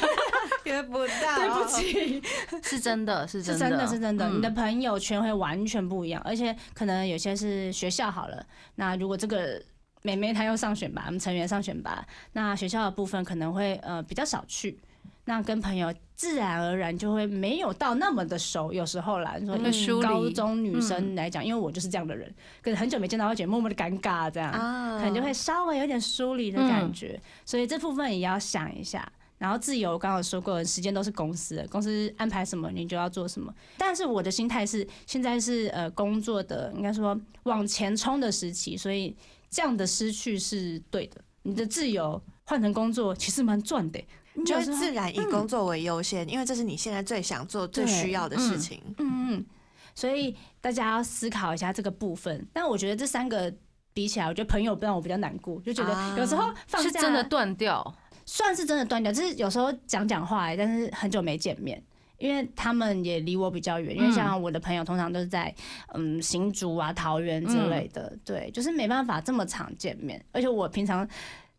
约不到， 对不，起， 是真的，是是真的，真的是真的，嗯你的朋友圈会完全不一样，而且可能有些是学校好了，那如果这个。妹妹她要上选拔，我们成员上选拔，那学校的部分可能会呃比较少去，那跟朋友自然而然就会没有到那么的熟，嗯有时候啦，你说会疏离以高中女嗯生来讲，因为我就是这样的人，可是很久没见到，会觉得默默的尴尬这样，啊可能就嗯会稍微有点疏离的感觉，所以这部分也要想一下。然后自由，我刚刚有说过，时间都是公司的，公司安排什么你就要做什么。但是我的心态是，现在是呃工作的，应该说往前冲的时期，所以这样的失去是对的。你的自由换成工作，其实蛮赚的、嗯你就嗯有会时候自然以工作为优先，因为这是你现在最想做、最需要的事情。嗯嗯，所以大家要思考一下这个部分。但我觉得这三个比起来，我觉得朋友让我比较难过，就觉啊得有时候放是假真的断掉，算是真的断掉，就是有时候讲讲话、但是很久没见面。因为他们也离我比较嗯远，因为像我的朋友通常都是在嗯新竹啊、桃园之类的，嗯对，就是没办法这么常见面。而且我平常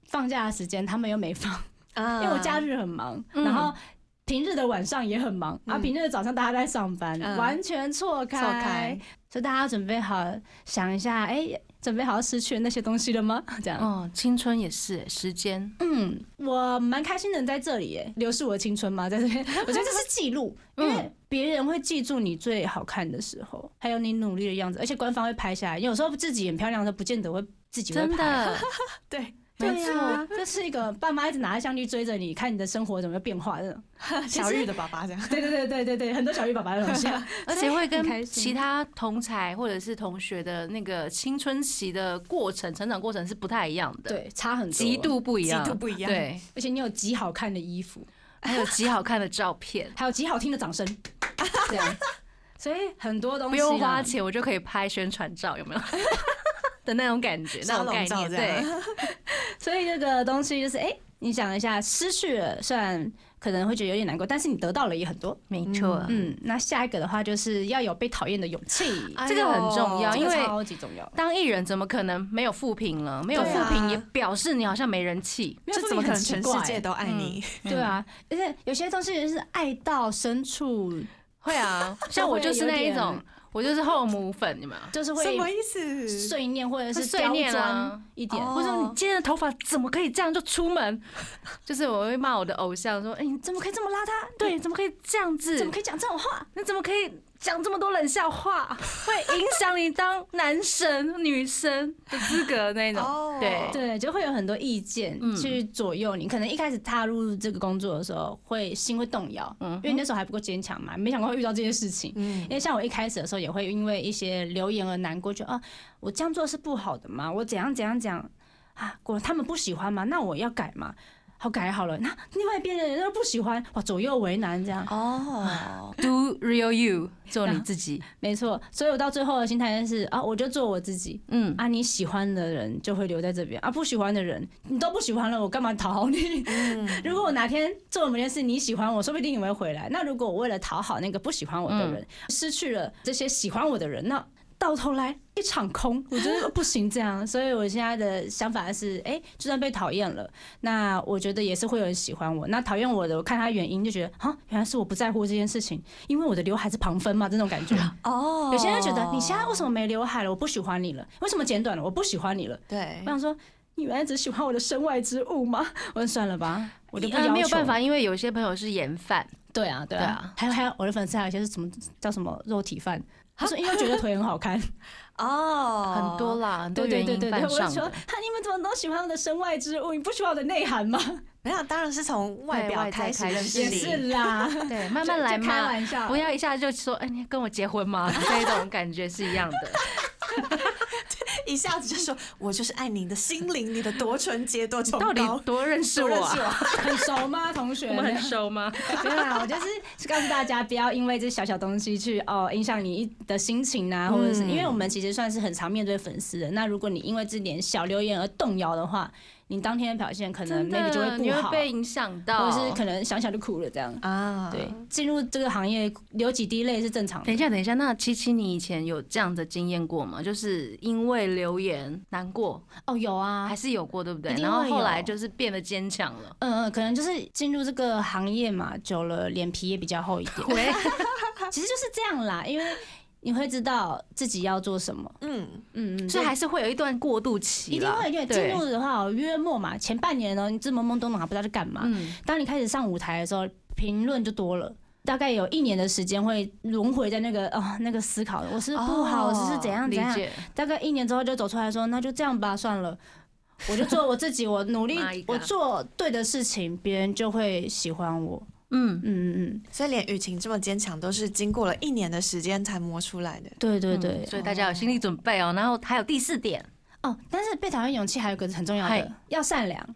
放假的时间他们又没放，啊因为我假日很忙，嗯然后平日的晚上也很忙，啊，嗯平日的早上大家在上班，嗯完全错开，错开，所以大家准备好想一下，哎、准备好失去的那些东西了吗？这样，嗯，哦青春也是、时间，嗯，我蛮开心能在这里耶，流逝我的青春嘛，在这边，我觉得这是记录，因为别人会记住你最好看的时候，还有你努力的样子，而且官方会拍下来，有时候自己很漂亮的时候，不见得会自己会真 拍，的，对，没对错。啊，这是一个爸妈一直拿着相机追着你，看你的生活怎么变化的。小玉的爸爸这样，对对对对对对，很多小鱼爸爸的东西。而且会很开跟心其他同才或者是同学的那个青春期的过程、成长过程是不太一样的，，对，差很多，极，度不一样， 极度不一样对，而且你有极好看的衣服，还有极好看的照 片，还有极好听的掌声，这样，所以很多东不西啦用花。钱我就可以拍宣传照，有没有？ 啊的那种感觉，那沙种概龙照念，这样对，所以这个东西就是，哎、你想一下，失去了虽然可能会觉得有点难过，但是你得到了也很多。没错，嗯，啊那下一个的话就是要有被讨厌的勇气，嗯哦这个很重要哎这因呦个为超级重要。当艺人怎么可能没有负评了？没有对负啊评也表示你好像没人气。没有这怎么可能全世界的？都爱你？对啊，而且有些东西就是爱到深处，会啊， 像我就是那一会有种点，我就是后母粉，你们。就是什会么意思？碎念或者是碎念啊刁钻一点。哦我说你今天的头发怎么可以这样就出门？ 就是我会骂我的偶像说，哎，你怎么可以这么邋遢？对，怎么可以这样子？怎么可以讲这种话？你怎么可以讲这么多冷笑话？ 会影响你当男神、女神的资格那种。哦对对，就会有很多意见嗯去左右你。可能一开始踏入这个工作的时候，会心会动摇，嗯因为你那时候还不够坚强嘛，没想过会遇到这些事情。嗯因，为像我一开始的时候，也会因为一些留言而难过，觉得啊，我这样做是不好的嘛，我怎样怎样怎样啊，果他们不喜欢嘛，那我要改嘛。好改好了，那另外一边的人都不喜欢，哇，左右为难这样。哦，Do real you，做你自己。没错，所以我到最后的心态就是啊，我就做我自己嗯，啊，你喜欢的人就会留在这边啊，不喜欢的人你都不喜欢了，我干嘛讨好你？ 如果我哪天做了某件事你喜欢我，说不定你会回来。那如果我为了讨好那个不喜欢我的人，失去了这些喜欢我的人，那到头来一场空， 我觉得不行这样。所以我现在的想法是，哎、就算被讨厌了，那我觉得也是会有人喜欢我。那讨厌我的，我看他原因就觉得啊，原来是我不在乎这件事情，因为我的刘海是旁分嘛，这种感觉。哦有些人觉得你现在为什么没刘海了？我不喜欢你了。为什么剪短了？我不喜欢你了。对哎我想说，你原来只喜欢我的身外之物吗？我说算了吧，我就不要呃求没有办法，。因为有些朋友是盐饭，对啊，对对啊啊。还有还有，我的粉丝还有一些是什么叫什么肉体饭，他说因为觉得腿很 好看，哦，很多啦，很多对对原对因对对，犯我就上说的。哈，你们怎么都喜欢我的身外之物？你不喜欢我的内涵吗？没有，当然是从外对表外在开始开认始识也你。是啦， 对，慢慢就来就开嘛，玩笑，不要一下就说，哎，你跟我结婚 吗？这种感觉是一样的。一下子就说，我就是爱你的心灵，你的多纯洁，多崇到底高。多认识我啊？很熟吗，同学？我们很熟吗？ 没有啦，我就是是告诉大家不要因为这小小东西去哦影响你的心情啊，或者是因为我们其实算是很常面对粉丝的。那如果你因为这点小留言而动摇的话，你当天的表现可能真 maybe 的，就会你不好，会被影响或到。者是可能想想就哭了这样。啊，对，进入这个行业流几滴泪是正常等一的。下，等一下，那七七，你以前有这样的经验过吗？就是因为留言难过，哦，有啊还，是有过，对不对一？定然后会后来有就是变得坚强了。 嗯嗯，可能就是进入这个行业嘛，久了脸皮也比较厚一点。喂，其实就是这样啦，因为你会知道自己要做什么。嗯，嗯 嗯，所以还是会有一段过渡期一定啦会，因为进对入的话，约莫嘛，前半年呢，你这么懵懂懂，还不知道在干嘛。嗯，当你开始上舞台的时候，评论就多了。大概有一年的时间会轮回在那个 哦那个思考，我是不好，我只是怎样哦怎理样。解，大概一年之后就走出来说，那就这样吧，算 了，我就做我自己，我努力 My，God 我做对的事情，别人就会喜欢我。嗯，嗯嗯嗯，所以连雨晴这么坚强，都是经过了一年的时间才磨出来的。对对对。嗯所以大家有心理准备哦。然后还有第四点，哦，但是被讨厌勇气还有一个很重要嗨的，要善良。啊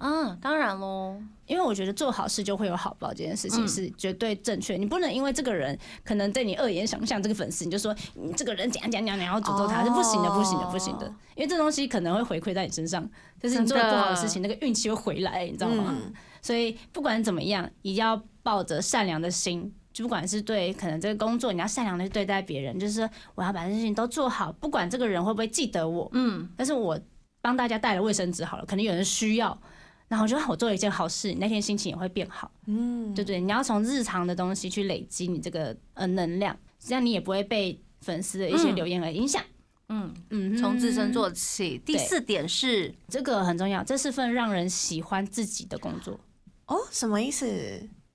嗯，当然喽，因为我觉得做好事就会有好报，这件事情嗯是绝对正确。你不能因为这个人可能对你恶言相向，这个粉丝你就说你这个人怎样怎样怎样，然后诅咒他哦是不行的，不行的，不行的。因为这东西可能会回馈在你身上，就是你做了不好的事情，那个运气会回来，你知道吗？嗯所以不管怎么样，也要抱着善良的心。就不管是对可能这个工作，你要善良的对待别人，就是说我要把这件事情都做好，不管这个人会不会记得我，嗯，但是我帮大家带了卫生纸好了，可能有人需要，然后我就我做了一件好事，你那天心情也会变好，嗯，对不对？你要从日常的东西去累积你这个呃能量，这样你也不会被粉丝的一些嗯留言而影响。嗯，嗯哼，从自身做起。嗯第四点是，这个很重要，这是份让人喜欢自己的工作，哦，什么意思？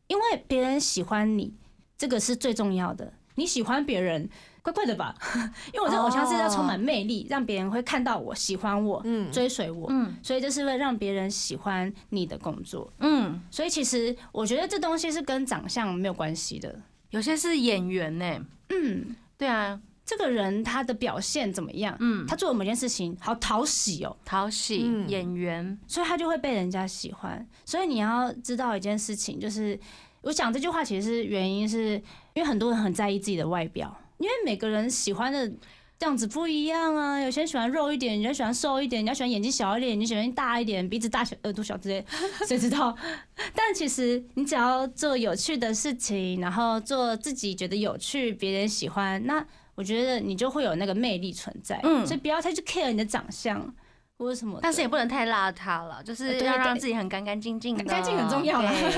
因为别人喜欢你，这个是最重要的。你喜欢别人，怪怪的吧？ 因为我这偶像是要充满魅力，让别人会看到我、喜欢我、嗯，追随我。嗯所以这是会让别人喜欢你的工作。嗯，所以其实我觉得这东西是跟长相没有关系的。有些是演员呢，嗯，对啊，这个人他的表现怎么样？嗯，他做了某件事情好讨喜哦，讨喜嗯演员，所以他就会被人家喜欢。所以你要知道一件事情，就是我讲这句话其实是原因是因为很多人很在意自己的外表，因为每个人喜欢的。样子不一样啊，有些人喜欢肉一点，有些人喜欢瘦一点，人家喜欢眼睛小一点，你喜欢大一点，鼻子大小、耳朵小之类， 谁知道？但其实你只要做有趣的事情，然后做自己觉得有趣、别人喜欢，那我觉得你就会有那个魅力存在。嗯所以不要太去 care 你的长相或者什么的，但是也不能太邋遢了，就是哦呃对对要让自己很干干净净的，干净很重要 啦哦对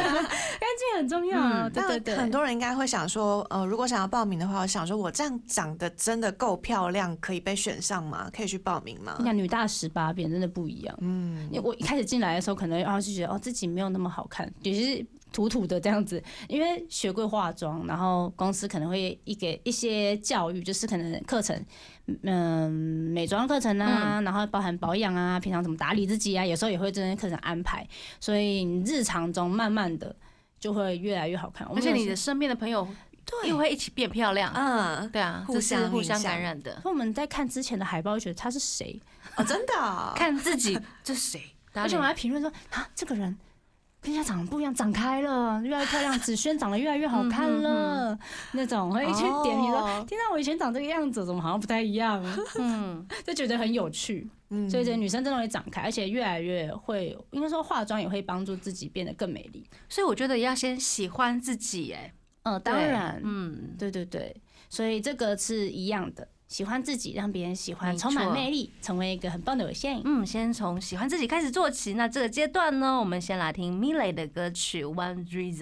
这很重要啊，嗯对对对，那很多人应该会想说，呃，如果想要报名的话，我想说我这样长得真的够漂亮，可以被选上吗？可以去报名吗你？看女大十八变真的不一样。嗯，因为我一开始进来的时候，可能然后就觉得哦自己没有那么好看，也是土土的这样子。因为学过化妆，然后公司可能会一给一些教育，就是可能课程，嗯，美妆课程嗯啊，然后包含保养啊，平常怎么打理自己啊，有时候也会这些课程安排。所以你日常中慢慢的就会越来越好看。我而们且有你时的身边的朋友又会一起变漂亮，嗯，对啊，互这是相互影相响感染的。候我们在看之前的海报，就觉得他是谁， 哦，真的哦、 看自己，这谁？而且我还评论说啊，这个人跟人家长得不一样，长开了，越来越漂亮，子萱长得越来越好看了，那种会去点评说，哦天哪，我以前长这个样子，怎么好像不太一样，啊嗯，就觉得很有趣。嗯所以，这女生真的会长开，而且越来越会，应该说化妆也会帮助自己变得更美丽。所以我觉得要先喜欢自己，哎，嗯， 当对然，嗯，对对对，所以这个是一样的，喜欢自己，让别人喜欢，没充满错魅力，成为一个很棒的有限。嗯，先从喜欢自己开始做起。那这个阶段呢，我们先来听 Miley 的歌曲《One Reason》。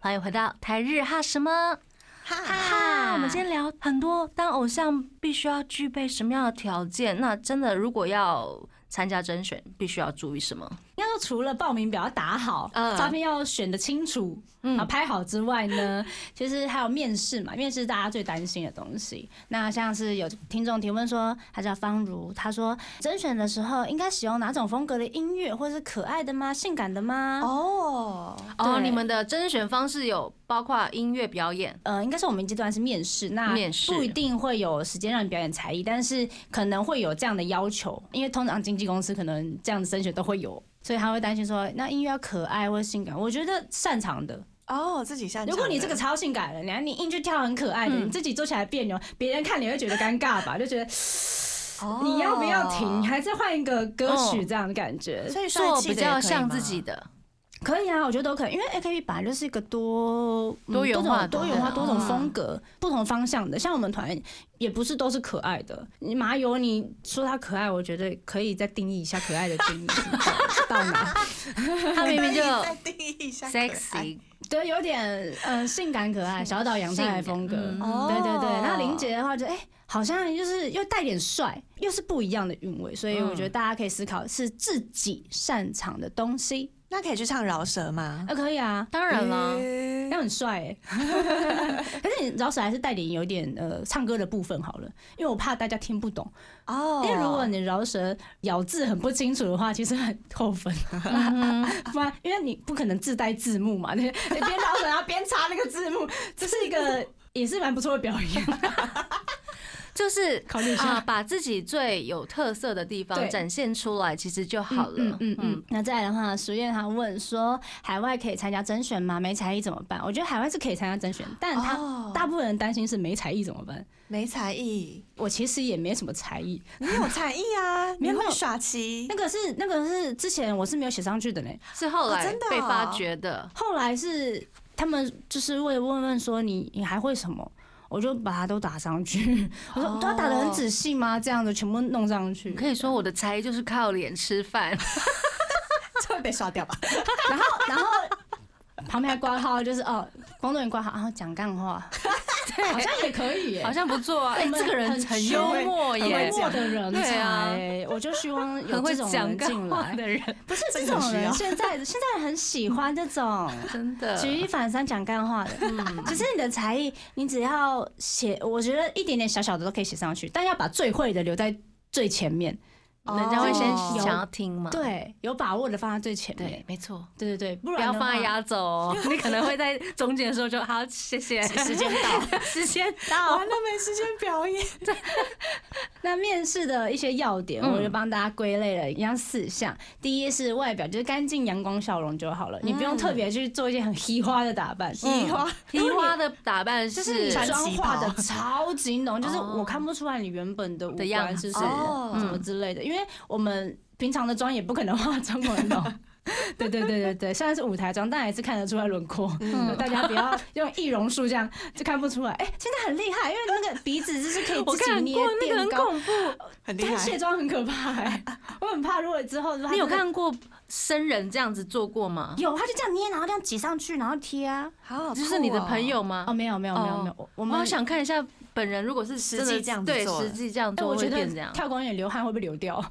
欢迎回到台日哈什么哈哈？我们今天聊很多当偶像必须要具备什么样的条件？那真的如果要参加甄选，必须要注意什么？应该说，除了报名表要打好，嗯照片要选的清楚，啊、嗯，拍好之外呢， 其实还有面试嘛，面试大家最担心的东西。那像是有听众提问说，他叫方如，他说甄选的时候应该使用哪种风格的音乐，或是可爱的吗？性感的吗？哦，哦，对你们的甄选方式有包括音乐表演，呃，应该是我们这段是面试，那面试不一定会有时间让你表演才艺，但是可能会有这样的要求，因为通常经纪公司可能这样的甄选都会有，所以他会担心说，那音乐要可爱或性感，我觉得擅长的，哦，自己擅长的。如果你这个超性感了，然后你硬去跳很可爱的，嗯你自己做起来别扭，别人看你会觉得尴尬吧，就觉得你要不要停，哦还是换一个歌曲这样的感觉。所以帅做气比的也较可以像吗自己 的，哦可以啊，我觉得都可以，因为 AKB 本来就是一个多嗯多元化的多种多元化、嗯多种风格、不同方向的。像我们团也不是都是可爱的，你麻油你说它可爱，我觉得可以再定义一下可爱的定义 到哪？他明明就再定义一下可爱 sexy 对，有点嗯、呃性感可爱，小岛洋太的风格。性感嗯哦，对对对，那林杰的话就哎、好像就是又带点帅，又是不一样的韵味，所以嗯我觉得大家可以思考是自己擅长的东西。那可以去唱饶舌吗？嗯啊，可以啊，当然了，嗯那很帅 哎、可是你饶舌还是带点有点呃唱歌的部分好了，因为我怕大家听不懂。哦，因为如果你饶舌咬字很不清楚的话，其实很扣分， 不然因为你不可能自带字幕 嘛，你你边饶舌然后边插那个字 幕，这是一个也是蛮不错的表演。啊 就是考虑一下啊，把自己最有特色的地方对展现出来，其实就好了。嗯嗯嗯嗯。那再来的话，熟燕她问说，海外可以参加甄选吗？没才艺怎么办？我觉得海外是可以参加甄选，但他哦大部分人担心是没才艺怎么办。没才艺，我其实也没什么才艺，你有才艺 啊，你没有没会有耍棋 那，个是那个是之前我是没有写上去的呢，是后来哦真的哦被发掘的。后来是他们就是为了问问说你你还会什么。我就把它都打上去， 我说哦都要打的很仔细吗？这样子全部弄上去，可以说我的才艺就是靠脸吃饭，这会被刷掉 吧？然后然后旁边还挂号，就是哦，工作人员挂号，然后讲干话， 好像也可以耶，好像不错啊。我哎，们这个人很很幽默很耶幽，默的人对啊才，我就希望很有这会种讲人干进话来，的人，不是这这个种很需人，要现在现在人很喜欢这种。真的。举一反三讲干话的，其实你的才艺，你只要写，我觉得一点点小小的都可以写上去，但要把最会的留在最前面。人家会先哦想要听嘛？对，有把握的放在最前面嗯对。，没错。对对对，不不然要的放在话压轴哦，你可能会在中间的时候就好，谢谢。时间到， 时间到。完了没时间表 演，那面试的一些要点，嗯我就帮大家归类了，一样四项。第一是外表，就是干净、阳光、笑容就好了，你不嗯用特别去做一些很 嘻花的打扮。提花提花的打扮就是是你穿妆旗化袍的超级浓，就是哦我看不出来你原本的五的样官子是什哦么什么之类的，因为我们平常的妆也不可能化这么 浓。对对对对对，虽然是舞台妆，但还是看得出来轮廓。嗯大家不要用易容术这样就看不出来。哎、现在很厉害，因为那个鼻子就是可以我自己看捏过那个垫很高。恐怖，很厉但卸害。妆很可怕哎、我很怕如果之后你有？看过生人这样子做过吗？有，他就这样捏，然后这样挤上去，然后贴啊。好好酷哦，就是你的朋友哦，吗？没有没有没有没有，我我我们好想看一下本人，如果是真的实际这样子对，做的实际这样哎，做我会觉得变这样。跳公园流汗会不会流 掉？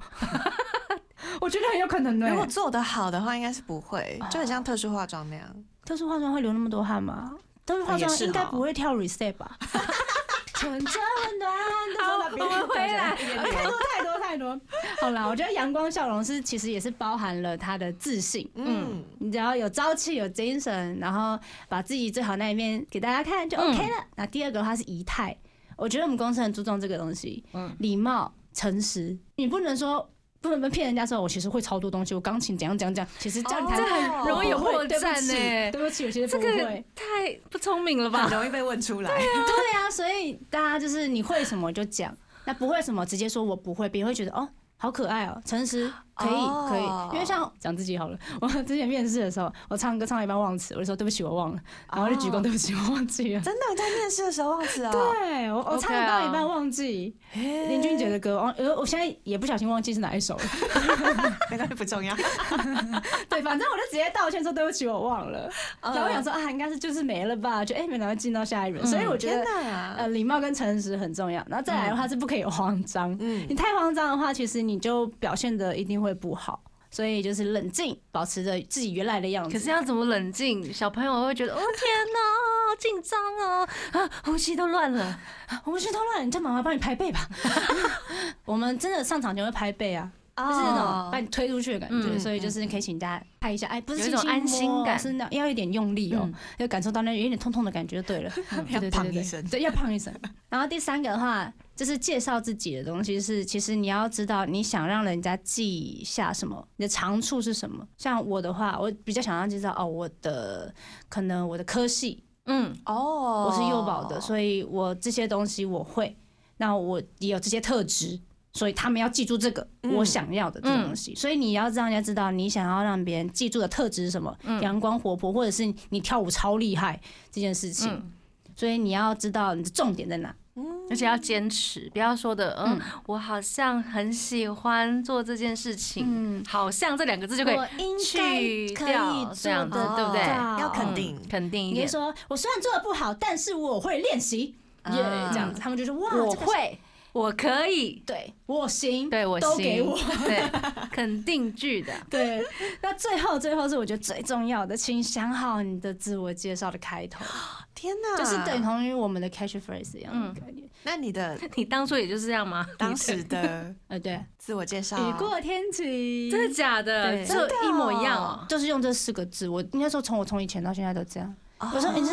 我觉得很有可能呢、欸如果做得好的话，应该是不会，就很像特殊化妆那样。特殊化妆会流那么多汗吗？特殊化哦妆也是应该哦不会跳 reset 吧？纯真啊温暖的风 好我们回来太多太多太多。好啦，我觉得阳光笑容是其实也是包含了他的自信。嗯，你只要有朝气、有精神，然后把自己最好那一面给大家看就嗯 OK 了。那第二个的话是仪态，我觉得我们公司很注重这个东西，礼貌、诚实。你不能说不能骗人家说我其实会超多东西，我钢琴怎样怎样怎样，其实这样弹哦这很容易有我不会破对不绽起欸对不起，我其实这不个会。太不聪明了很吧？ 容易被问出来。对啊，所以大家就是你会什么就讲，那不会什么直接说我不会，别人会觉得哦。好可爱哦，诚实可以哦可以，因为像讲自己好了，我之前面试的时候，我唱歌唱到一半忘词，我就说对不起我忘了，然后就鞠躬哦对不起我忘记了。真的，你在面试的时啊候忘词啊？对我我 OK 唱到一半忘记嘿林俊杰的歌，我呃我现在也不小心忘记是哪 一首了。没关系，不重 要。对，反正我就直接道歉说对不起我忘了，嗯然后我想说啊应该是就是没了吧，就哎没想到进到下一轮，所以我觉天得哪！呃，礼貌跟诚实很重要。然后再来的话是不可以有慌张，嗯你太慌张的话，其实你就表现的一定会不好。所以就是冷静，保持着自己原来的样子。可是要怎么冷静？小朋友会觉得，哦天哪，好紧张哦，啊，呼吸都乱了。啊我们去偷懒，你叫妈妈帮你拍背 吧。我们真的上场前会拍背啊，就是那种把你推出去的感觉。嗯所以就是可以请大家拍一下，哎，不是有一种轻轻安心摸感是那要一点用力哦嗯，要感受到那有点痛痛的感觉就对了。对对 要胖对对一声对，要胖一声。 然后第三个的话，就是介绍自己的东西是，其实你要知道你想让人家记下什么，你的长处是什么。像我的话，我比较想要介绍哦，我的可能我的科系嗯，哦我是幼保的，所以我这些东西我会，那我也有这些特质。所以他们要记住这个嗯我想要的这种东西，所以你要让人家知道你想要让别人记住的特质是什么，嗯阳光活泼，或者是你跳舞超厉害这件事情。嗯所以你要知道你的重点在哪。而且要坚持，不要说的，嗯嗯，我好像很喜欢做这件事情，嗯，好像这两个字就可以嗯我应该去可以掉这做样子得，对不对？到哦要肯定嗯肯定一你就点，说，我虽然做的不好，但是我会练习，啊耶，这样子，他们就说哇，我这个，会，我可以，对我行，对我嗯都行给我，对，肯定句的， 对。那最后最后是我觉得最重要的，请想好你的自我介绍的开头，天哪！就是等。同于我们的 catchphrase 一样的嗯概念。那你的你当初也就是这样吗？当时的呃，对，自我介绍， 雨过天晴，真的假的？嗯对就一模一样 哦。就是用这四个字。我应该说从我从以前到现在都这样。哦我说，你、这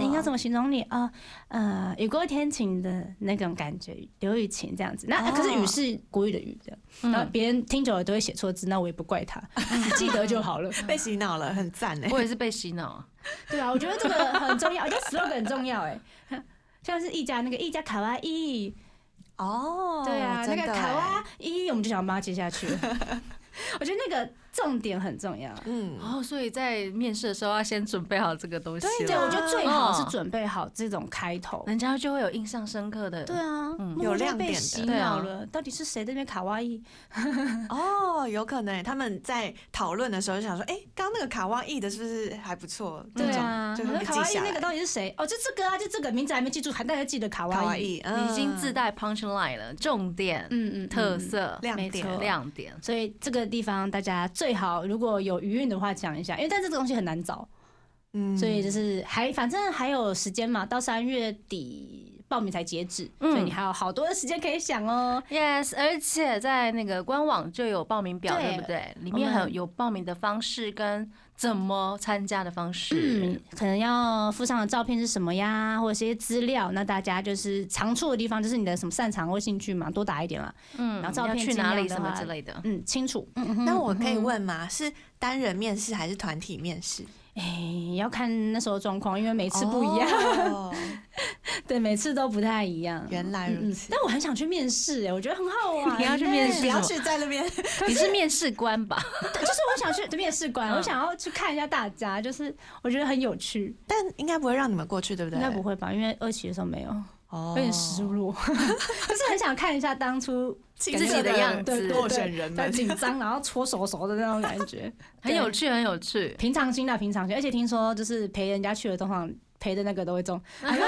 应该怎么？么形容你啊？呃，雨过天晴的那种感觉，刘雨晴这样子。那、哦可是雨是国语的雨的，然后嗯，别人听久了都会写错字，那我也不怪 他，你记得就好了。 被洗脑了，很赞哎！我也是被洗脑。 哦对啊，我觉得这个很重要，我觉得 slogan 很重要哎。 像是一家那个一家卡哇伊，哦，对啊，那真个的卡欸哇伊，我们就想把它接下去。 我觉得那个重点很重要。嗯，哦，所以在面试的时候要先准备好这个东西了。对对，我觉得最好是哦准备好这种开头。人家就会有印象深刻的。对啊，嗯默默有就亮被点的洗对啊脑了，到底是谁在那边卡哇伊？哦，有可能欸他们在讨论的时候就想说，哎，刚刚那个卡哇伊的是不是还不错？这对种啊，就我会说被卡记哇伊下那个来。到底是谁？哦，就这个啊，就这个名字还没记住，还大家记得卡卡哇哇伊。伊，你已经嗯自带 punch line 了，重点、嗯嗯，特嗯。色、亮没点错亮点。所以这个地方大家最好如果有余韵的话讲一下，因为但这个东西很难找，嗯所以就是还反正还有时间嘛，到三月底报名才截止，嗯所以你还有好多的时间可以想哦。 Yes，而且在那个官网就有报名表，对对不对？里我面们还有有报名的方式跟怎么参加的方式嗯。，可能要附上的照片是什么呀，或者是一些资料。那大家就是长处的地方，就是你的什么擅长或兴趣嘛，多打一点啦。嗯，然后照要片去尽哪量里的什么话之类 的。嗯，清楚。嗯那我可以问吗？是单人面试还是团体面试？哎、要看那时候状况，因为每次不一样，哦， 对，每次都不太一样。嗯原来如此。但我很想去面试，哎，我觉得很好 玩。你要去面试嗯不什要么去在那边，你是面试官 吧？对，就是我想去面试官，嗯我想要去看一下大家，就是我觉得很有趣。 但应该不会让你们过去，对不对？应该不，会吧？因为二期的时候没有，哦有点失落， 就是很想看一下当初亲自己热的样子对对对候选人很们。 紧张，然后搓手手的那种感 觉，很有对趣，很有 趣。平常心啦，平常心。而且听说就是陪人家去的，通常陪的那个都会中， 哎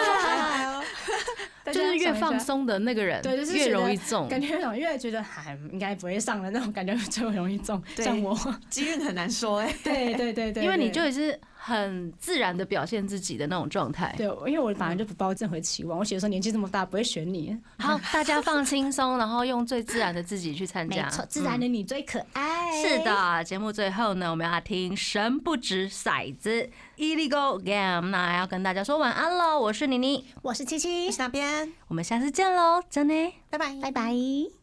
就就是越放，松的那个人，对就是越觉得容易中。感觉越想越觉得还应该不会上的那种感觉，就容易中。对像我，机运很难说哎、 对对对 对，因为你对就。也是很自然的表现自己的那种状态。对，因为我本来就不抱任何期望，我写说年纪这么大不会选你，好，大家放轻松，然后用最自然的自己去参加。嗯的你最可哎爱是，的，节目最后呢，我们要听《神不止骰子 Illegal Game》，那要跟大家说晚安喽。我是妮妮，我是七七你，是哪边？我们下次见喽，真的。拜拜。拜拜。